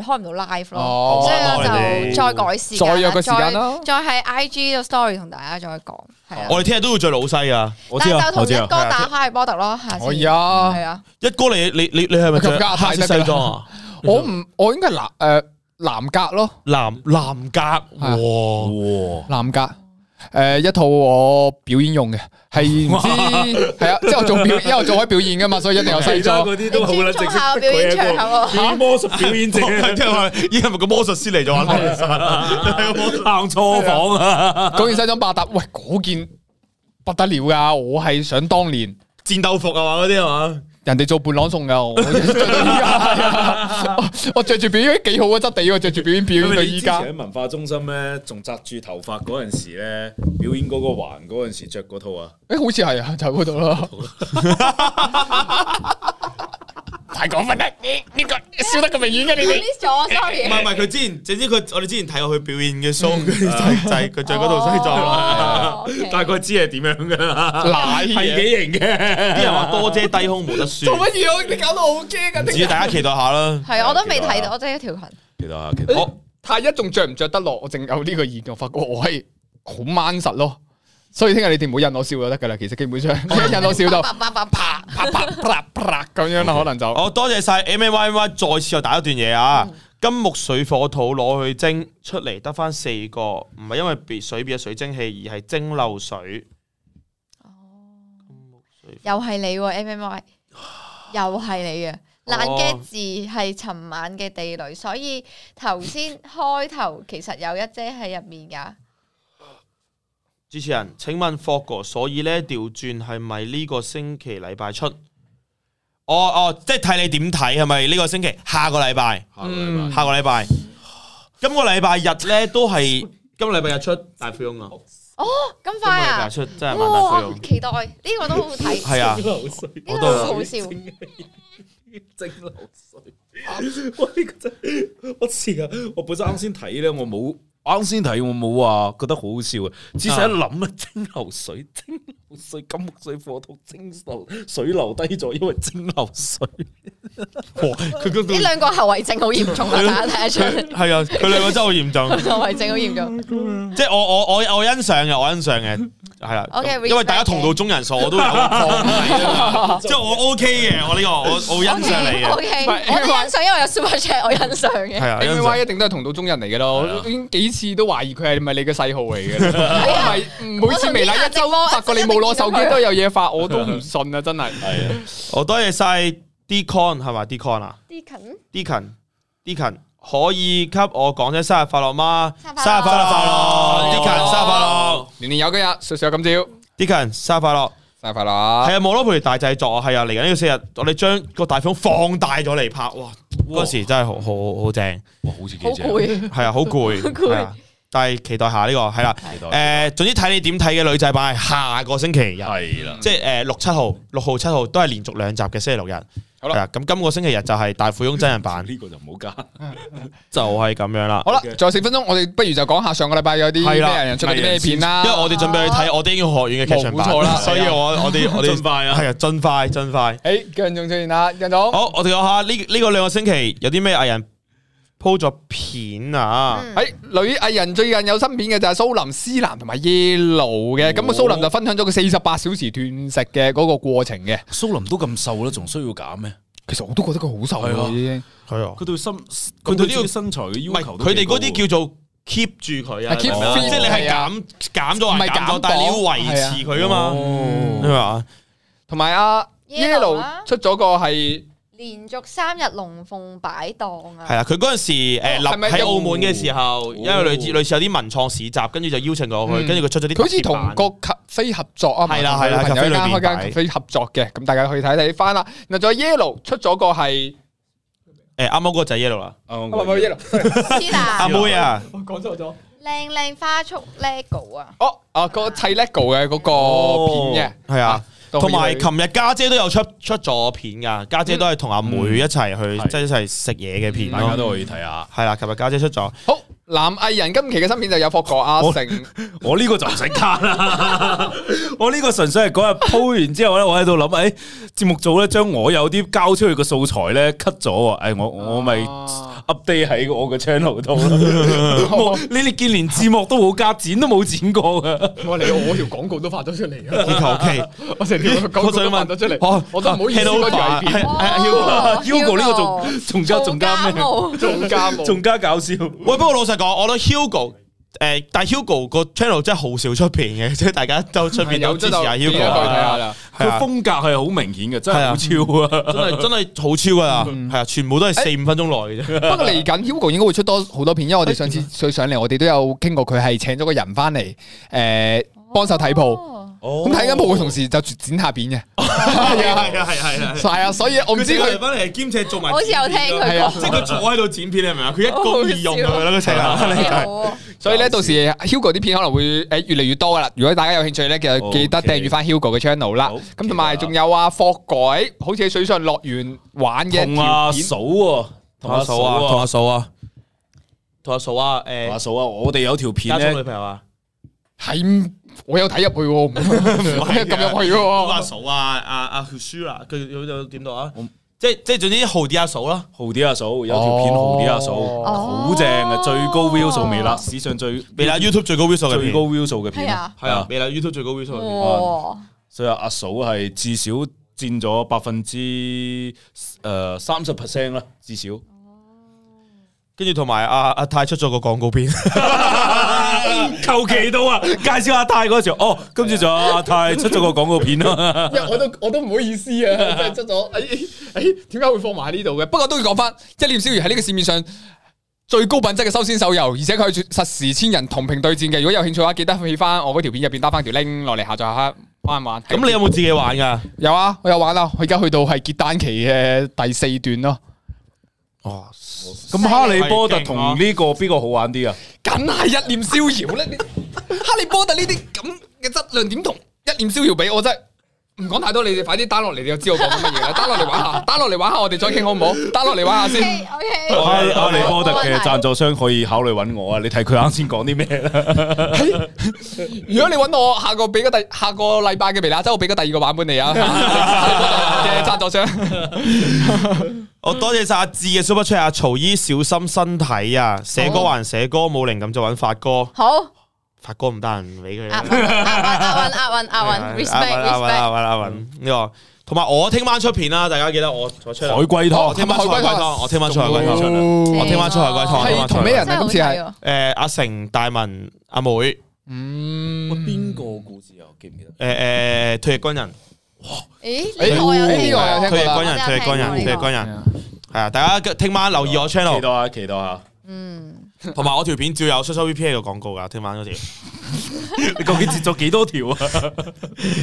S1: 誒開唔到 live 咯，
S4: 哦
S1: 所以我就再改時間啦，
S4: 再約個時間啦
S1: 再再喺 IG 個 story 同大家再講，係啊。
S2: 我哋聽日都要着老西啊！
S3: 我
S1: 但
S3: 知
S1: 係
S3: 啊
S1: 就，同
S3: 我知
S1: 一哥
S3: 啊。
S1: 打哈利波特咯，下次
S4: 可以啊
S1: 係啊，
S2: 一哥你你你你係咪
S4: 咁加
S2: 着
S4: 派
S2: 黑
S4: 得㗎啦
S2: 色西裝啊？
S4: 我唔，我應該係男诶男格咯。
S2: 藍藍格，哇！
S3: 哇！
S2: [LAUGHS]
S4: 男格。诶、一套我表演用嘅，系唔知系啊，即系我做表，因为我做開表演噶嘛，所以一定有西裝。
S3: 嗰啲
S1: 你尊重下我表演場合喎。
S3: 表演魔術表演者
S2: 聽日依家咪個魔術師嚟咗啊 [LAUGHS]
S3: 行錯房啊！
S4: 嗰件西裝百搭，喂，嗰件不得了噶，我係想當年
S2: 戰鬥服啊嘛嗰啲係 [LAUGHS] 嘛？
S4: 人哋做伴郎
S3: [LAUGHS]
S4: 送噶，我 [LAUGHS] 我着到依家，我我着住表演幾好啊，質地喎，着住表演表演到依家
S3: 喺，文化中心咧，仲紮住頭髮嗰陣時咧，表演嗰個環嗰陣時着嗰套啊，
S4: 诶、好似係啊，就係嗰
S3: [LAUGHS]
S4: 度啦。太過分啦！呢呢個笑得咁明顯嘅你哋。
S1: miss 咗，sorry。
S2: 唔係唔 [LAUGHS] 啊
S4: [LAUGHS]
S2: 係，佢之前，總之佢我哋之前睇過佢表演嘅 show，就係就係佢着嗰套西裝啦。
S1: 哦 OK
S3: 大概知係點樣噶啦，
S4: 奶
S3: 係
S4: 嘢。
S3: 幾型嘅。
S2: 啲人話多遮低胸冇得 [LAUGHS] 輸，
S4: 做乜嘢？我你搞到我好驚啊！
S2: 唔知大家期待下 [LAUGHS] 啦。
S1: 係我都未睇到，我真係一條裙。
S3: 其實啊，其實
S4: 我太一仲着唔着得落？我淨有呢個意見，我發覺我係好掹實咯。所以聽日你哋唔好引我笑就得噶啦。其實基本上
S3: 哦
S4: [LAUGHS] 引我笑就
S1: 啪啪啪
S4: 啪
S1: 啪
S4: 啪啪啪啪咁
S3: 哦
S4: 樣啦，可能就
S2: 我多謝晒 M A Y Y 再次又打一段嘢啊！金木水火土攞去蒸出嚟得翻四個，唔係因為別水變咗水蒸氣，而係蒸餾水。金木水
S1: 又係你喎 M M I，又係你嘅。爛嘅字係尋晚嘅地雷，所以頭先開頭其實有一遮喺入面㗎。
S2: 主持人，請問霍哥，所以呢調轉係咪呢個星期禮拜出？哦哦，即係睇你點睇係咪呢個星期？下個禮拜，
S3: 下個禮
S2: 下個禮拜，今個禮拜日呢都係今個禮拜日出大富翁啊！
S1: 咁
S2: 今個
S1: 快
S2: 禮拜
S1: 啊
S2: 日！出真係萬大富
S1: 哇
S2: 翁，，
S1: 期待呢個都好睇，
S2: [LAUGHS] 係啊！
S3: 流水。
S1: 呢個
S2: 我都
S1: 都好笑。啊
S3: 蒸流水，我呢個真係，我前日我本身啱先睇咧，我冇啱先睇，我冇話覺得好好笑啊，只係一諗啊，蒸流水，蒸流水，金木水火土，蒸流水流低咗，因為蒸流 [LAUGHS] 水。佢嗰
S1: 呢兩個後遺症好嚴重啊！大家睇得出
S2: 係啊，佢兩個真係好嚴重。
S1: 後遺症好嚴重。
S2: 即係我我我我欣賞嘅，我欣賞嘅係啦。
S1: OK，
S2: 因為大家同道中人，所以我都有抗體啊嘛即係我 OK 嘅，我呢個我我欣賞
S1: [LAUGHS]
S2: 你
S1: O
S2: 嘅，
S1: K，我都欣賞，因為有 Super Chat，我欣賞嘅。
S2: 係啊，欣
S4: M
S2: 賞
S4: Y 一定都係同道中人嚟噶咯。
S2: 係啊
S4: 我已經幾次都懷疑佢係咪你嘅細號
S2: [LAUGHS]
S4: 嚟嘅。唔係每次微辣一周發覺你冇攞手機都有嘢發，
S2: [LAUGHS]
S4: 我都唔信啊！真係。
S3: 係啊，
S2: 我多謝晒 Dcon 係咪 Dcon 啊
S1: 啲近
S2: ？Dcon Dcon 可以給我講聲生日快樂嗎？
S1: 生日快樂
S2: 生日快樂快樂，Dcon 生日快樂
S4: 年年有今日，歲歲有今朝，
S2: ，Dcon 生日快樂。
S4: 生日快樂！
S2: 係啊，冇咯，陪大製作啊，係啊，嚟緊呢個四日，我哋將個大風放大咗嚟拍，哇！嗰時真係好好好正，
S3: 哇，好似
S1: 好
S3: 幾正，
S1: 攰，
S2: 係啊，好攰，
S1: 攰
S2: 係啊，但係期待下呢個係啦。
S3: 嗯
S2: 诶，總之睇你點睇嘅女仔版係下個星期日，
S3: 係啦，
S2: 即係诶六七號、六號、七號都係連續兩集嘅星期六日。
S4: 好啦
S2: 係啊，咁今個星期日就係大富翁真
S3: [LAUGHS]
S2: 人版，
S3: 呢個就唔好加。
S2: 就係咁樣啦。
S4: 好啦，仲有四分鐘，我哋不如就講下上個禮拜有啲
S2: 係
S4: 咩
S2: 啦
S4: 人出咗啲咩片啦
S2: 因。為我哋準備去睇我哋英語學院嘅劇場版，
S4: 冇錯啦
S2: 所以我我哋我哋
S3: 盡快啊
S2: 係啊，盡快盡快。
S4: 诶，姜總出現啦，姜總，
S2: 好，我哋講下呢呢個兩個星期有啲咩藝人鋪咗片啊？
S1: 嗯
S4: 喺女藝人最近有新片嘅就係蘇林、思南同埋耶魯
S2: 哦
S4: 嘅，咁啊蘇林就分享咗佢四十八小時斷食嘅嗰個過程嘅。
S3: 蘇林都咁瘦啦，仲需要減咩？
S4: 其實我都覺得佢好瘦
S3: 係啊
S4: 已經
S2: 係啊，
S3: 佢對身，
S2: 佢
S3: 佢對
S2: 對呢
S3: 呢
S2: 個
S3: 個身材嘅
S2: 唔
S3: 要
S2: 係
S3: 求都幾
S2: 佢哋
S3: 高
S2: 嗰
S3: 喎，
S2: 啲叫做 keep 住佢啊，
S4: 係 keep
S2: 明唔明啊即
S4: fit，
S2: 係你係
S4: 係啊
S2: 減減咗
S4: 唔
S2: 人
S4: 係
S2: 減咗
S4: 減，
S2: 但係你要
S4: 磅
S2: 維
S4: 係啊
S2: 持佢噶嘛。嗯
S3: 哦
S2: 係嘛？
S4: 同埋阿耶
S1: Yellow
S4: 魯
S1: 啦
S4: 出咗個係
S1: 連續三日龍鳳擺檔
S2: 係
S1: 啊！
S2: 啦，佢嗰陣時誒立
S4: 係咪
S2: 喺
S4: 有
S2: 澳門嘅時
S3: 哦
S2: 候，因為類似類似有啲文創市集，跟住就邀請過佢，
S4: 嗯
S2: 跟住佢出咗啲
S4: 佢好似
S2: 特別
S4: 同
S2: 版
S4: 個咖啡合作啊嘛，
S2: 係啦
S4: 同佢
S2: 係啦
S4: 朋
S2: 咖啡
S4: 友間開
S2: 裏
S4: 間
S2: 面
S4: 咖啡合作嘅，咁大家去睇睇翻啦。然後仲有 Yellow 出咗個係，
S2: 誒啱啱嗰個就係 Yellow 啦，
S4: 唔
S3: 啱
S4: 係唔係 Yellow，
S1: 黐啦
S2: 啊 [LAUGHS] 阿，妹啊，
S4: 我講錯咗。
S1: 靚靚花束 LEGO 啊！
S4: 哦，啊個砌 LEGO 嘅嗰個哦片
S2: 係啊，
S4: 嘅，
S2: 同埋
S4: 都可以去
S2: 琴日家姐都有出出咗片噶，家姐都係同阿妹一齊去
S3: 嗯
S2: 即係一齊食嘢嘅片
S3: 大家
S2: 咯。
S3: 都可以睇下。
S2: 係啦，琴日家姐出咗， [LAUGHS]
S4: 好男藝人今期嘅新片就有霍哥阿
S3: 好
S4: 成，
S3: 我呢個就唔使加啦， [LAUGHS] 我呢個純粹係嗰日鋪完之後咧，我喺度諗，诶、節目組咧將我有啲交出去嘅素材咧 cut 咗喎，诶、我我咪
S4: 啊
S3: update 喺我嘅 channel [LAUGHS] 度啦。冇你哋見連字幕都冇加，剪都冇剪過噶。
S4: 我嚟我條廣告都發咗出
S2: [LAUGHS]
S4: 嚟啊！
S2: 求其
S4: 我成條廣告
S2: 我想問
S4: 都發咗出嚟
S2: 哦，
S4: 我都唔好意思
S2: 聽到 [LAUGHS]
S4: 嗰條係
S2: 煩
S4: 片
S2: [LAUGHS] 係啊
S1: 哦
S3: [LAUGHS] Hugo 呢個仲仲加仲加咩？
S1: 做家務
S4: 仲加冇
S3: 仲加搞笑。
S2: 喂，不過老實講，我覺得 Hugo 誒，但係 Hugo 個 channel 真係好少出片嘅，即 [LAUGHS] 係大家都出片
S4: 有
S2: 都支
S4: 真
S2: 持
S4: 就
S2: 下
S4: 記得去
S2: Hugo
S4: 睇
S2: 啦。
S4: 下啦。
S2: 係
S3: 佢
S2: 啊
S3: 風格係好明顯嘅，真係好超啊！
S2: 真係真係好超噶啦，係啊，全部都係四五分鐘內嘅啫。
S4: 不過嚟緊 Hugo 應該會出多好多片，因為我哋上
S3: 哎啊
S4: 次佢上嚟，我哋都有傾過，佢係請咗個人翻嚟，誒幫手睇鋪。
S1: 哦
S4: 咁睇緊鋪嘅同時就剪下片嘅，係啊係啊
S2: 係係係
S4: 係
S3: 哦
S4: 啊，所以我唔知佢
S2: 翻嚟兼且做埋
S1: 好似有聽
S4: 係
S1: 佢
S4: 啊
S1: 講。
S2: 即係佢坐喺度剪片，你明唔明啊？佢一公二用咁樣啦，佢成日
S1: 幾好啊
S4: 所以
S3: 哦
S4: 咧，到時 Hugo 啲片可能會誒越嚟越多噶啦。如果大家有興趣咧，就記得
S3: 哦 OK
S4: 訂閱翻 Hugo 嘅 channel 啦
S3: 好。
S4: 咁同埋仲有啊，霍改好似喺水上樂園玩嘅一
S3: 同
S4: 條
S3: 阿
S4: 片，
S3: 嫂啊，同阿嫂啊，
S2: 阿嫂啊，同阿嫂啊，
S3: 同阿
S2: 誒，
S3: 嫂啊，我哋有條片
S2: 家
S3: 咧
S2: 嫂女。朋友啊，
S4: 系我有睇入去喎，
S3: [LAUGHS]
S4: 唔係我有撳入去
S2: 阿
S4: 喎。
S2: 嫂啊，阿阿 h u s h u 啊，佢有有點到啊？即係即係總之豪啲阿嫂啦，
S3: 豪啲阿嫂，有條片豪啲阿嫂，
S4: 哦
S3: 好正嘅，最高 view 數未啦，
S1: 哦
S3: 史上最
S2: 未啦 YouTube 最高 view 數嘅
S3: 最
S2: 片
S3: 高 view 數嘅片
S1: 係啊，
S2: 係啊，未啦 YouTube 最高 view 數嘅片。 [LAUGHS]
S1: 哇！
S3: 所以阿嫂係至少佔咗百分之诶三十 percent 啦，至 [LAUGHS] 少
S2: 跟住同埋阿阿泰出咗個廣告片，
S3: 求其到啊！介紹阿泰嗰時候，哦，跟住就有阿泰出咗個廣告片
S2: [LAUGHS]
S3: 啦。
S4: [LAUGHS] 因為我都我都唔好意思 [LAUGHS] 啊，真係出咗，哎哎，點解會放埋喺呢度嘅？不過都要講翻，一念逍遙喺呢個市面上最高品質嘅修仙手遊，而且佢係實時千人同屏對戰嘅。如果有興趣嘅話，記得去翻我嗰條片入邊打翻條 link 落嚟下載下玩玩。
S2: 咁你有冇自己玩㗎？
S4: 有啊？我有玩啦，我而家去到係結單期嘅第四段 [LAUGHS] 咯，
S2: 哦，
S3: 咁哈利波特同呢個邊個好玩啲啊？
S4: 梗係一念逍遙咧。你哈利波特呢啲咁嘅質量點同一念逍遙比？我真係唔講太多，你哋快啲 down 落嚟，你就知我講緊乜嘢啦。down 落嚟玩下，down 落嚟玩下，我哋再傾好唔好？down 落嚟玩下先。
S1: OK，
S2: 我
S3: 哈利哈利波特
S1: 冇
S3: 嘅
S1: 問題
S3: 贊助商可以考慮揾我啊！你睇佢啱先講啲咩啦？
S4: 如果你揾我下個俾個第下個禮拜嘅微辣周，我俾個第二個版本你啊，嘅贊助商。
S2: 我多謝晒阿志嘅 super chat 啊，曹姨小心身體啊，寫歌還寫歌，冇靈感就揾發哥，
S1: 好
S2: 發哥唔得人俾佢。
S1: 押韻，押韻，押韻，押
S2: 係啊
S1: 韻
S2: 押韻押
S1: ，respect，respect。
S2: 韻押韻呢個。同埋我聽晚出片啦，大家記得我我出
S3: 海龜
S2: 我
S3: 湯哦
S2: 聽晚出海龜湯，我聽晚出海龜
S3: 仲
S2: 湯，我聽晚出海龜湯，我聽晚出海龜湯
S4: 係同咩人啊？今次係
S1: 係
S2: 誒阿成、大文、阿妹，誒
S4: 嗯
S3: 個故事啊？記唔記得？
S2: 誒退役軍人，
S1: 咦？
S4: 誒
S1: 呢個我
S2: 哎
S1: 有
S4: 呢
S1: 聽
S4: 個我
S1: 過
S4: 有聽過
S2: 退役軍人，
S1: 我
S2: 退
S1: 真係
S2: 役軍人，
S1: 聽過呢
S2: 退
S1: 個啊
S2: 役軍人，係啊！大家聽晚留意我
S3: 期
S2: channel，
S3: 待啊下，期待下。
S1: 嗯，
S2: 同埋我條片照有 s o c i VPN 嘅廣告 [LAUGHS] 㗎，聽晚嗰條。
S3: 你究竟截咗幾多條啊？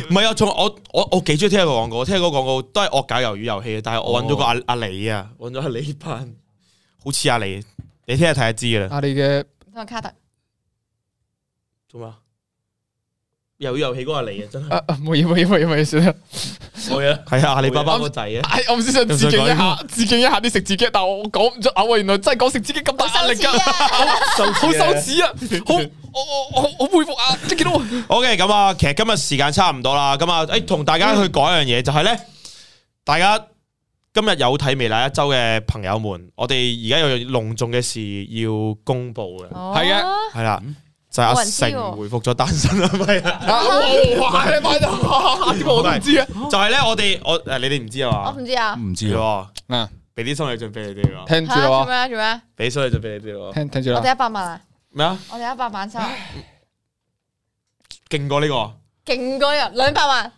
S2: 唔係啊，仲我我我幾中意聽一個廣告，聽嗰個廣告都係惡搞魷魚遊戲嘅，但係我揾咗個阿阿李啊，揾咗阿李班，好似阿李，你聽日睇下知 [LAUGHS] 㗎啦。
S4: 啊，你嘅
S1: 咁啊卡特，
S2: 做咩啊？魷魚遊戲嗰個阿李啊，真係。
S4: 啊啊冇嘢冇嘢冇嘢冇嘢算啦。
S3: 冇嘢。
S2: 系啊，阿里巴巴個仔啊，
S4: 哎我唔知想致敬一
S2: 有
S4: 下，致敬一下啲食自己，但我講唔出口啊！原來真係講食自己咁大壓
S1: 手
S4: 力
S1: 指
S4: 㗎，
S1: 啊！
S4: 好羞恥啊！好，我我我好佩服啊！即見到
S2: OK，咁啊，其實今日時間差唔多啦，咁啊，诶，同大家去講一樣嘢，就係咧，大家今日有睇未來一周嘅朋友們，我哋而家有樣隆重嘅事要公布嘅，
S4: 係嘅
S1: 哦
S2: 係啦，就係阿
S1: 冇人知喎
S2: 成回復咗單身啦，咪啊，
S4: 啊！哇！你快啲，點解我都唔知啊？
S2: [LAUGHS] 就係咧，我哋我诶，你哋唔知
S1: 我
S2: 啊嘛
S1: 唔知啊。
S3: 唔知
S2: 係
S3: 啊，
S2: 喎，
S4: 啊，
S2: 俾啲心理準備你哋喎，
S4: 聽
S1: 吓做咩啊？做咩啊？
S2: 俾心理準備你哋喎，
S4: 聽聽住
S1: 我哋一百萬啊！
S2: 咩啊？
S1: 我哋一百萬收啊，
S2: 勁過呢個，
S1: 勁過呢個兩百萬，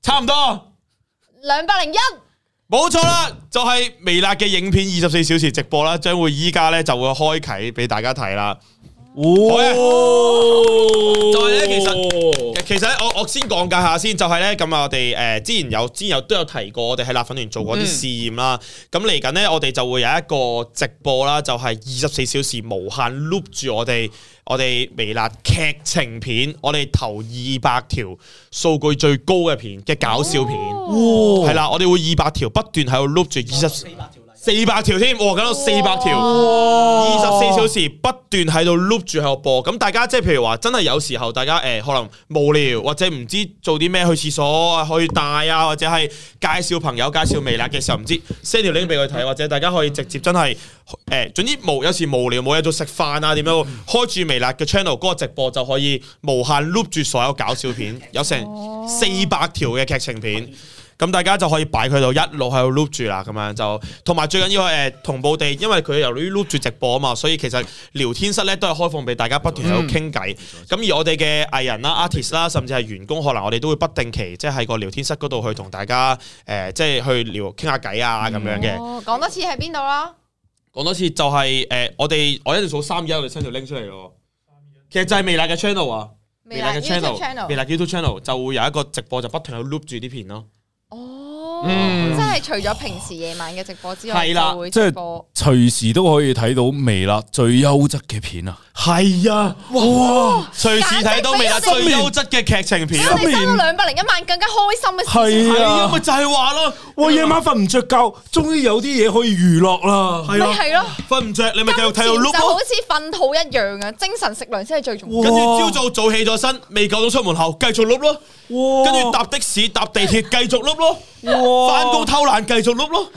S2: 差唔多。
S1: 兩百零一。
S2: 冇錯啦，就係微辣嘅影片二十四小時直播啦，將會依家咧就會開啟俾大家睇啦。
S3: 哦，
S2: 就係咧其
S3: 實
S2: 其實咧，我我先講解下先，就係咧咁啊，我哋誒之前有之前有都有提過，我哋喺辣粉團做過啲試驗啦。咁嚟緊咧，我哋就會有一個直播啦，就係二十四小時無限 loop 住我哋我哋微辣劇情片，我哋頭二百條數據最高嘅片嘅搞笑片，係啦、我哋會二百條不斷喺度 loop 住二十。四百條添，哇！咁到四百條，二十四小時不斷喺度 loop 住喺度播。咁大家即係譬如話，真係有時候大家誒、呃可能無聊或者唔知做啲咩，去廁所啊、去大啊，或者係介紹朋友、介紹微辣嘅時候，唔知 send 條 link 俾佢睇，或者大家可以直接真係誒、呃，總之無有時無聊冇嘢做食飯啊點樣，開住微辣嘅 channel 嗰個直播就可以無限 loop 住所有搞笑片，有成四百條嘅劇情片。咁大家就可以擺佢度一路喺度 loop 住啦，咁樣就同埋最緊要係誒呃同步地，因為佢由於 loop 住直播啊嘛，所以其實聊天室咧都係開放俾大家不斷喺度傾偈。咁而我哋嘅藝人啦、artist 啦，甚至係員工，可能我哋都會不定期即係喺個聊天室嗰度去同大家誒，即係去聊傾下偈啊咁樣嘅。
S1: 哦，講多次喺邊度啦？
S2: 講多次就係誒，我哋我一定數三一，我哋 send 條 link 出嚟咯。其實就係微辣嘅 channel 啊，微辣嘅
S1: YouTube
S2: channel，微辣嘅 YouTube channel 就會有一個直播，就不停去 loop 住啲片咯。
S1: 哦，咯，
S4: 嗯
S1: 真係除咗平時夜晚嘅直播之外，
S2: 係啦
S1: 就會哦
S3: 即係
S1: 直播。
S3: 隨時都可以睇到微辣最優質嘅片啊！
S2: 系啊，哇！隨時睇到未啦，最優質嘅劇情片
S1: 俾
S2: 啊
S1: 我，哋收到兩百零一萬更加開心嘅事情
S3: 係
S2: 係
S3: 啊
S2: 啊，咪就係話咯，
S3: 我夜晚瞓唔着覺，終於有啲嘢可以娛樂啦。
S1: 咪
S2: 係咯，
S1: 係咯，
S2: 瞓唔着你咪繼續睇到
S1: 金錢
S2: look
S1: 就好
S2: 咯，
S1: 似瞓肚一樣啊，精神食糧先係最重要。
S2: 跟住朝早早起咗身，未夠鐘出門口，繼續碌咯，
S3: 哇
S2: 跟住搭的士、搭地鐵繼續碌咯，
S3: 哇
S2: 翻工偷懶繼續碌咯，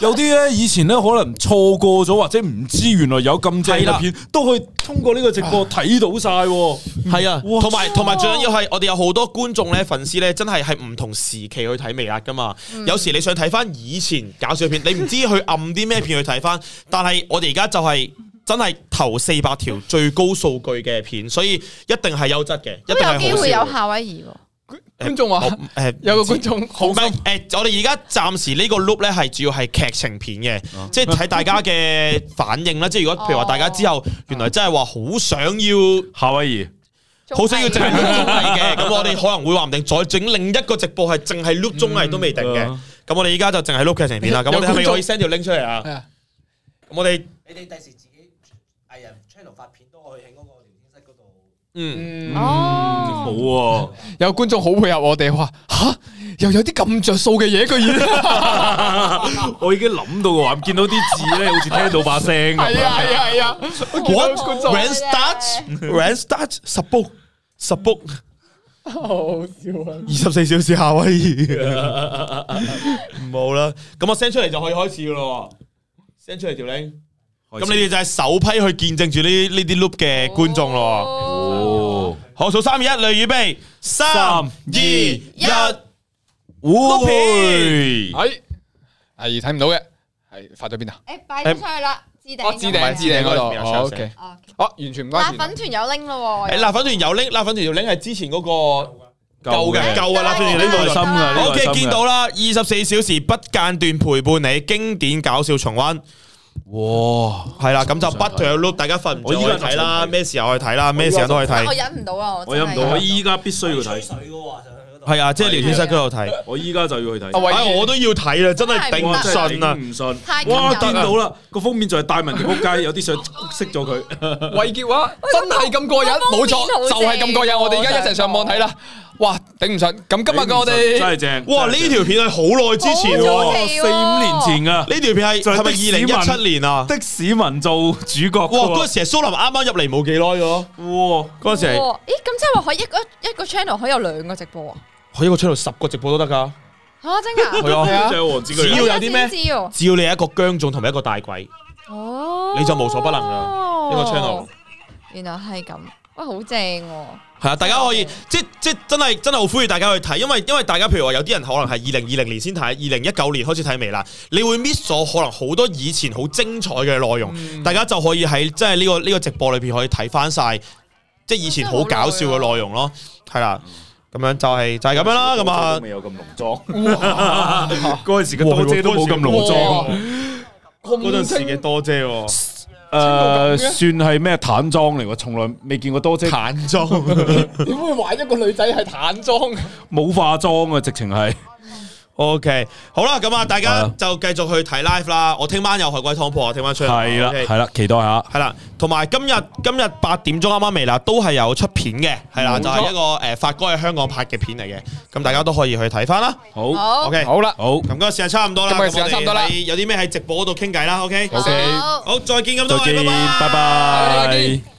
S3: 有啲咧，以前咧可能錯過咗或者唔知原來有咁正
S2: 係
S3: 嘅
S2: 啦
S3: 片，都可以通過呢個直播睇到晒喎。
S2: 係啊，
S3: 哇
S2: 同埋同埋最緊要係我哋有好多觀眾咧、粉絲咧，真係係唔同時期去睇微辣噶嘛。有時你想睇翻以前搞笑片，你唔知去暗啲咩片去睇翻，但係我哋而家就係真係頭四百條最高數據嘅片，所以一定係優質嘅，一
S1: 都
S2: 定
S1: 有
S2: 係
S1: 機
S2: 好
S1: 會
S2: 笑
S1: 有
S2: 嘅。
S1: 夏威夷喎。
S4: 觀眾話
S2: 誒
S4: 有個觀眾好
S2: 唔係
S4: 心，
S2: 誒，我哋而家暫時呢個 loop 咧係主要係劇情片
S4: 哦
S2: 嘅，即係睇大家嘅反應啦。即係如果譬如話大家之後原來真係話好想要。
S3: 夏威夷
S2: 好想要淨係
S4: [LAUGHS]
S1: 仲
S2: loop 綜藝嘅，咁我哋可能會話唔定再整另一個直播係淨係 loop 綜藝都未定嘅。
S3: 嗯
S2: 咁我哋依家就淨係 loop 劇情片啦。咁
S4: 有
S2: 我哋係咪
S4: 觀眾
S2: 可以 send 條 link 出嚟啊？
S4: 係啊
S2: 咁我哋
S6: 你哋第時自己藝人 channel 發片都可以喺嗰個聊天室嗰度。
S2: 嗯
S1: 哦，
S3: 好喎，
S4: 有觀眾好配合我哋，話吓又有啲咁着數嘅嘢，居然
S3: 我已經諗到個畫面，見到啲字咧，好似聽到把聲咁。
S4: 係啊係啊係啊，我見到
S2: what
S4: 觀眾
S2: when start
S4: [LAUGHS]
S2: when start 十 book 十 book
S4: 好笑啊！
S2: 二十四小時夏威夷，唔好啦。咁我 send 出嚟就可以開始噶咯喎。send 出嚟條 link，咁你哋就係首批去見證住呢呢啲 loop 嘅觀眾咯喎。
S3: 哦，
S2: 好，數三二一，嚟預備，三二一，
S3: 哇
S2: 片
S4: 係係睇唔到嘅，係發咗邊啊？
S1: 誒擺咗上去啦，置頂。
S4: 我置
S2: 唔
S4: 頂
S2: 係
S4: 置頂
S2: 置頂嗰
S4: 嗰度
S2: 度
S4: 哦，OK，
S1: 哦
S4: 哦完全唔
S1: 辣
S4: 關
S1: 粉
S4: 事。
S1: 團有拎咯喎，
S2: 誒，
S1: 有
S2: 辣粉團有拎，辣粉團條拎係之前嗰個
S3: 夠
S2: 夠嘅
S3: 嘅，
S2: 夠啊！辣粉團拎
S3: 耐
S2: 到
S3: 心
S2: 就。
S3: 噶，呢
S2: O
S3: 個係
S2: K，
S3: 心
S2: 見
S3: 嘅。
S2: 到啦，二十四小時不間斷陪伴你，經典搞笑重温，
S3: 哇！
S2: 係啦，咁就不斷去 loop，大家瞓唔
S3: 我依
S2: 着
S3: 家
S2: 可以睇啦，
S3: 就想睇
S2: 咩時候去睇啦，咩時間都可以
S1: 我
S2: 睇，
S1: 忍唔到啊！
S3: 我
S1: 真
S3: 飲
S1: 係
S3: 唔到，我依家必須要
S6: 吹
S3: 睇，
S6: 水嘅喎，上去嗰度。
S2: 係啊，即係聊天室嗰度睇，
S3: 我依家就要去睇。
S4: 阿
S2: 哎
S4: 偉，
S2: 我都要睇啦，真係頂唔
S3: 哇真係
S2: 順啊！
S3: 頂唔順。
S1: 太緊
S3: 哇！
S1: 張
S3: 見到啦，個封面就係戴文嘅仆街，有啲想熄咗佢。
S4: 偉傑話真係咁過癮，冇錯，
S1: 我封面好
S4: 就係咁過癮。
S1: 正
S4: 我哋而家一齊上網睇啦。哇，頂唔順！ [LAUGHS] 咁今日嘅我
S3: 真係
S4: 哋
S3: 正。
S2: 哇，呢條片係好耐之前
S1: 好
S2: 喎，
S1: 早
S3: 哇
S1: 期
S3: 四五年前啊，
S2: 呢條片係
S3: 就係
S2: 係咪
S3: 的士文
S2: 二零一七年啊？
S3: 的士民做主角㗎
S2: 哇！嗰
S3: 喎。
S2: 陣時係蘇林啱啱入嚟冇幾耐嘅咯，
S3: 哇！
S2: 嗰陣時係
S1: 哇咦，咁即係話可以一個一個 channel 可以有兩個直播啊？
S2: 可以我出到十個直播都得㗎，
S1: 嚇 [LAUGHS] 真㗎？
S2: 係啊，
S3: 就係王子
S2: 只要
S3: 佢
S2: 有啲咩
S1: 我先知喎
S2: 只要你係一個姜總同埋一個大鬼，
S1: 哦，
S2: 你就無所不能啦呢個 channel。
S1: 原來係咁，哇，好正喎！
S2: 係啊，大家可以即即真係真係好呼籲大家去睇，因為因為大家譬如話有啲人可能係二零二零年先睇，二零一九年開始睇微辣，你會 miss 咗可能好多以前好精彩嘅內容，大家就可以喺即係呢個呢個直播裏邊可以睇翻晒，即係以前好搞笑嘅內容咯，係啦，咁樣就係就係咁樣啦，咁啊。
S3: 未有咁濃妝，
S4: 哇
S3: [LAUGHS] 嗰陣時嘅多姐都冇咁濃妝。
S2: 嗰陣時嘅多姐喎，
S3: 誒，算係咩淡妝嚟喎？從來未見過多姐
S2: 淡妝。
S4: 點會玩一個女仔係淡妝？
S3: 冇化妝啊，直情
S2: [LAUGHS]
S3: 係
S2: [LAUGHS] OK，好啦，咁啊，大
S3: 係
S2: 家
S3: 啊
S2: 就繼續去睇 live 啦。我聽晚有海龜湯鋪，我聽晚出嚟
S3: 係啦，
S2: OK，
S3: 係啦，期待下。
S2: 係啦，同埋今日今日八點鐘啱啱未啦，都係有出片嘅，係啦，
S4: 冇錯
S2: 就係一個誒發哥喺香港拍嘅片嚟嘅，咁大家都可以去睇翻啦。
S3: 好，
S1: 好
S2: OK，
S4: 好啦，
S3: 好，
S2: 咁今日時間差唔多啦，
S4: 今日時間
S2: 咁我哋
S4: 差唔多啦
S2: 喺有啲咩喺直播嗰度傾偈啦。OK，
S4: OK，
S1: 好
S2: 好，再見咁多
S3: 再
S2: 位，
S3: 見，
S2: 拜拜
S3: 拜
S4: 拜拜
S3: 拜。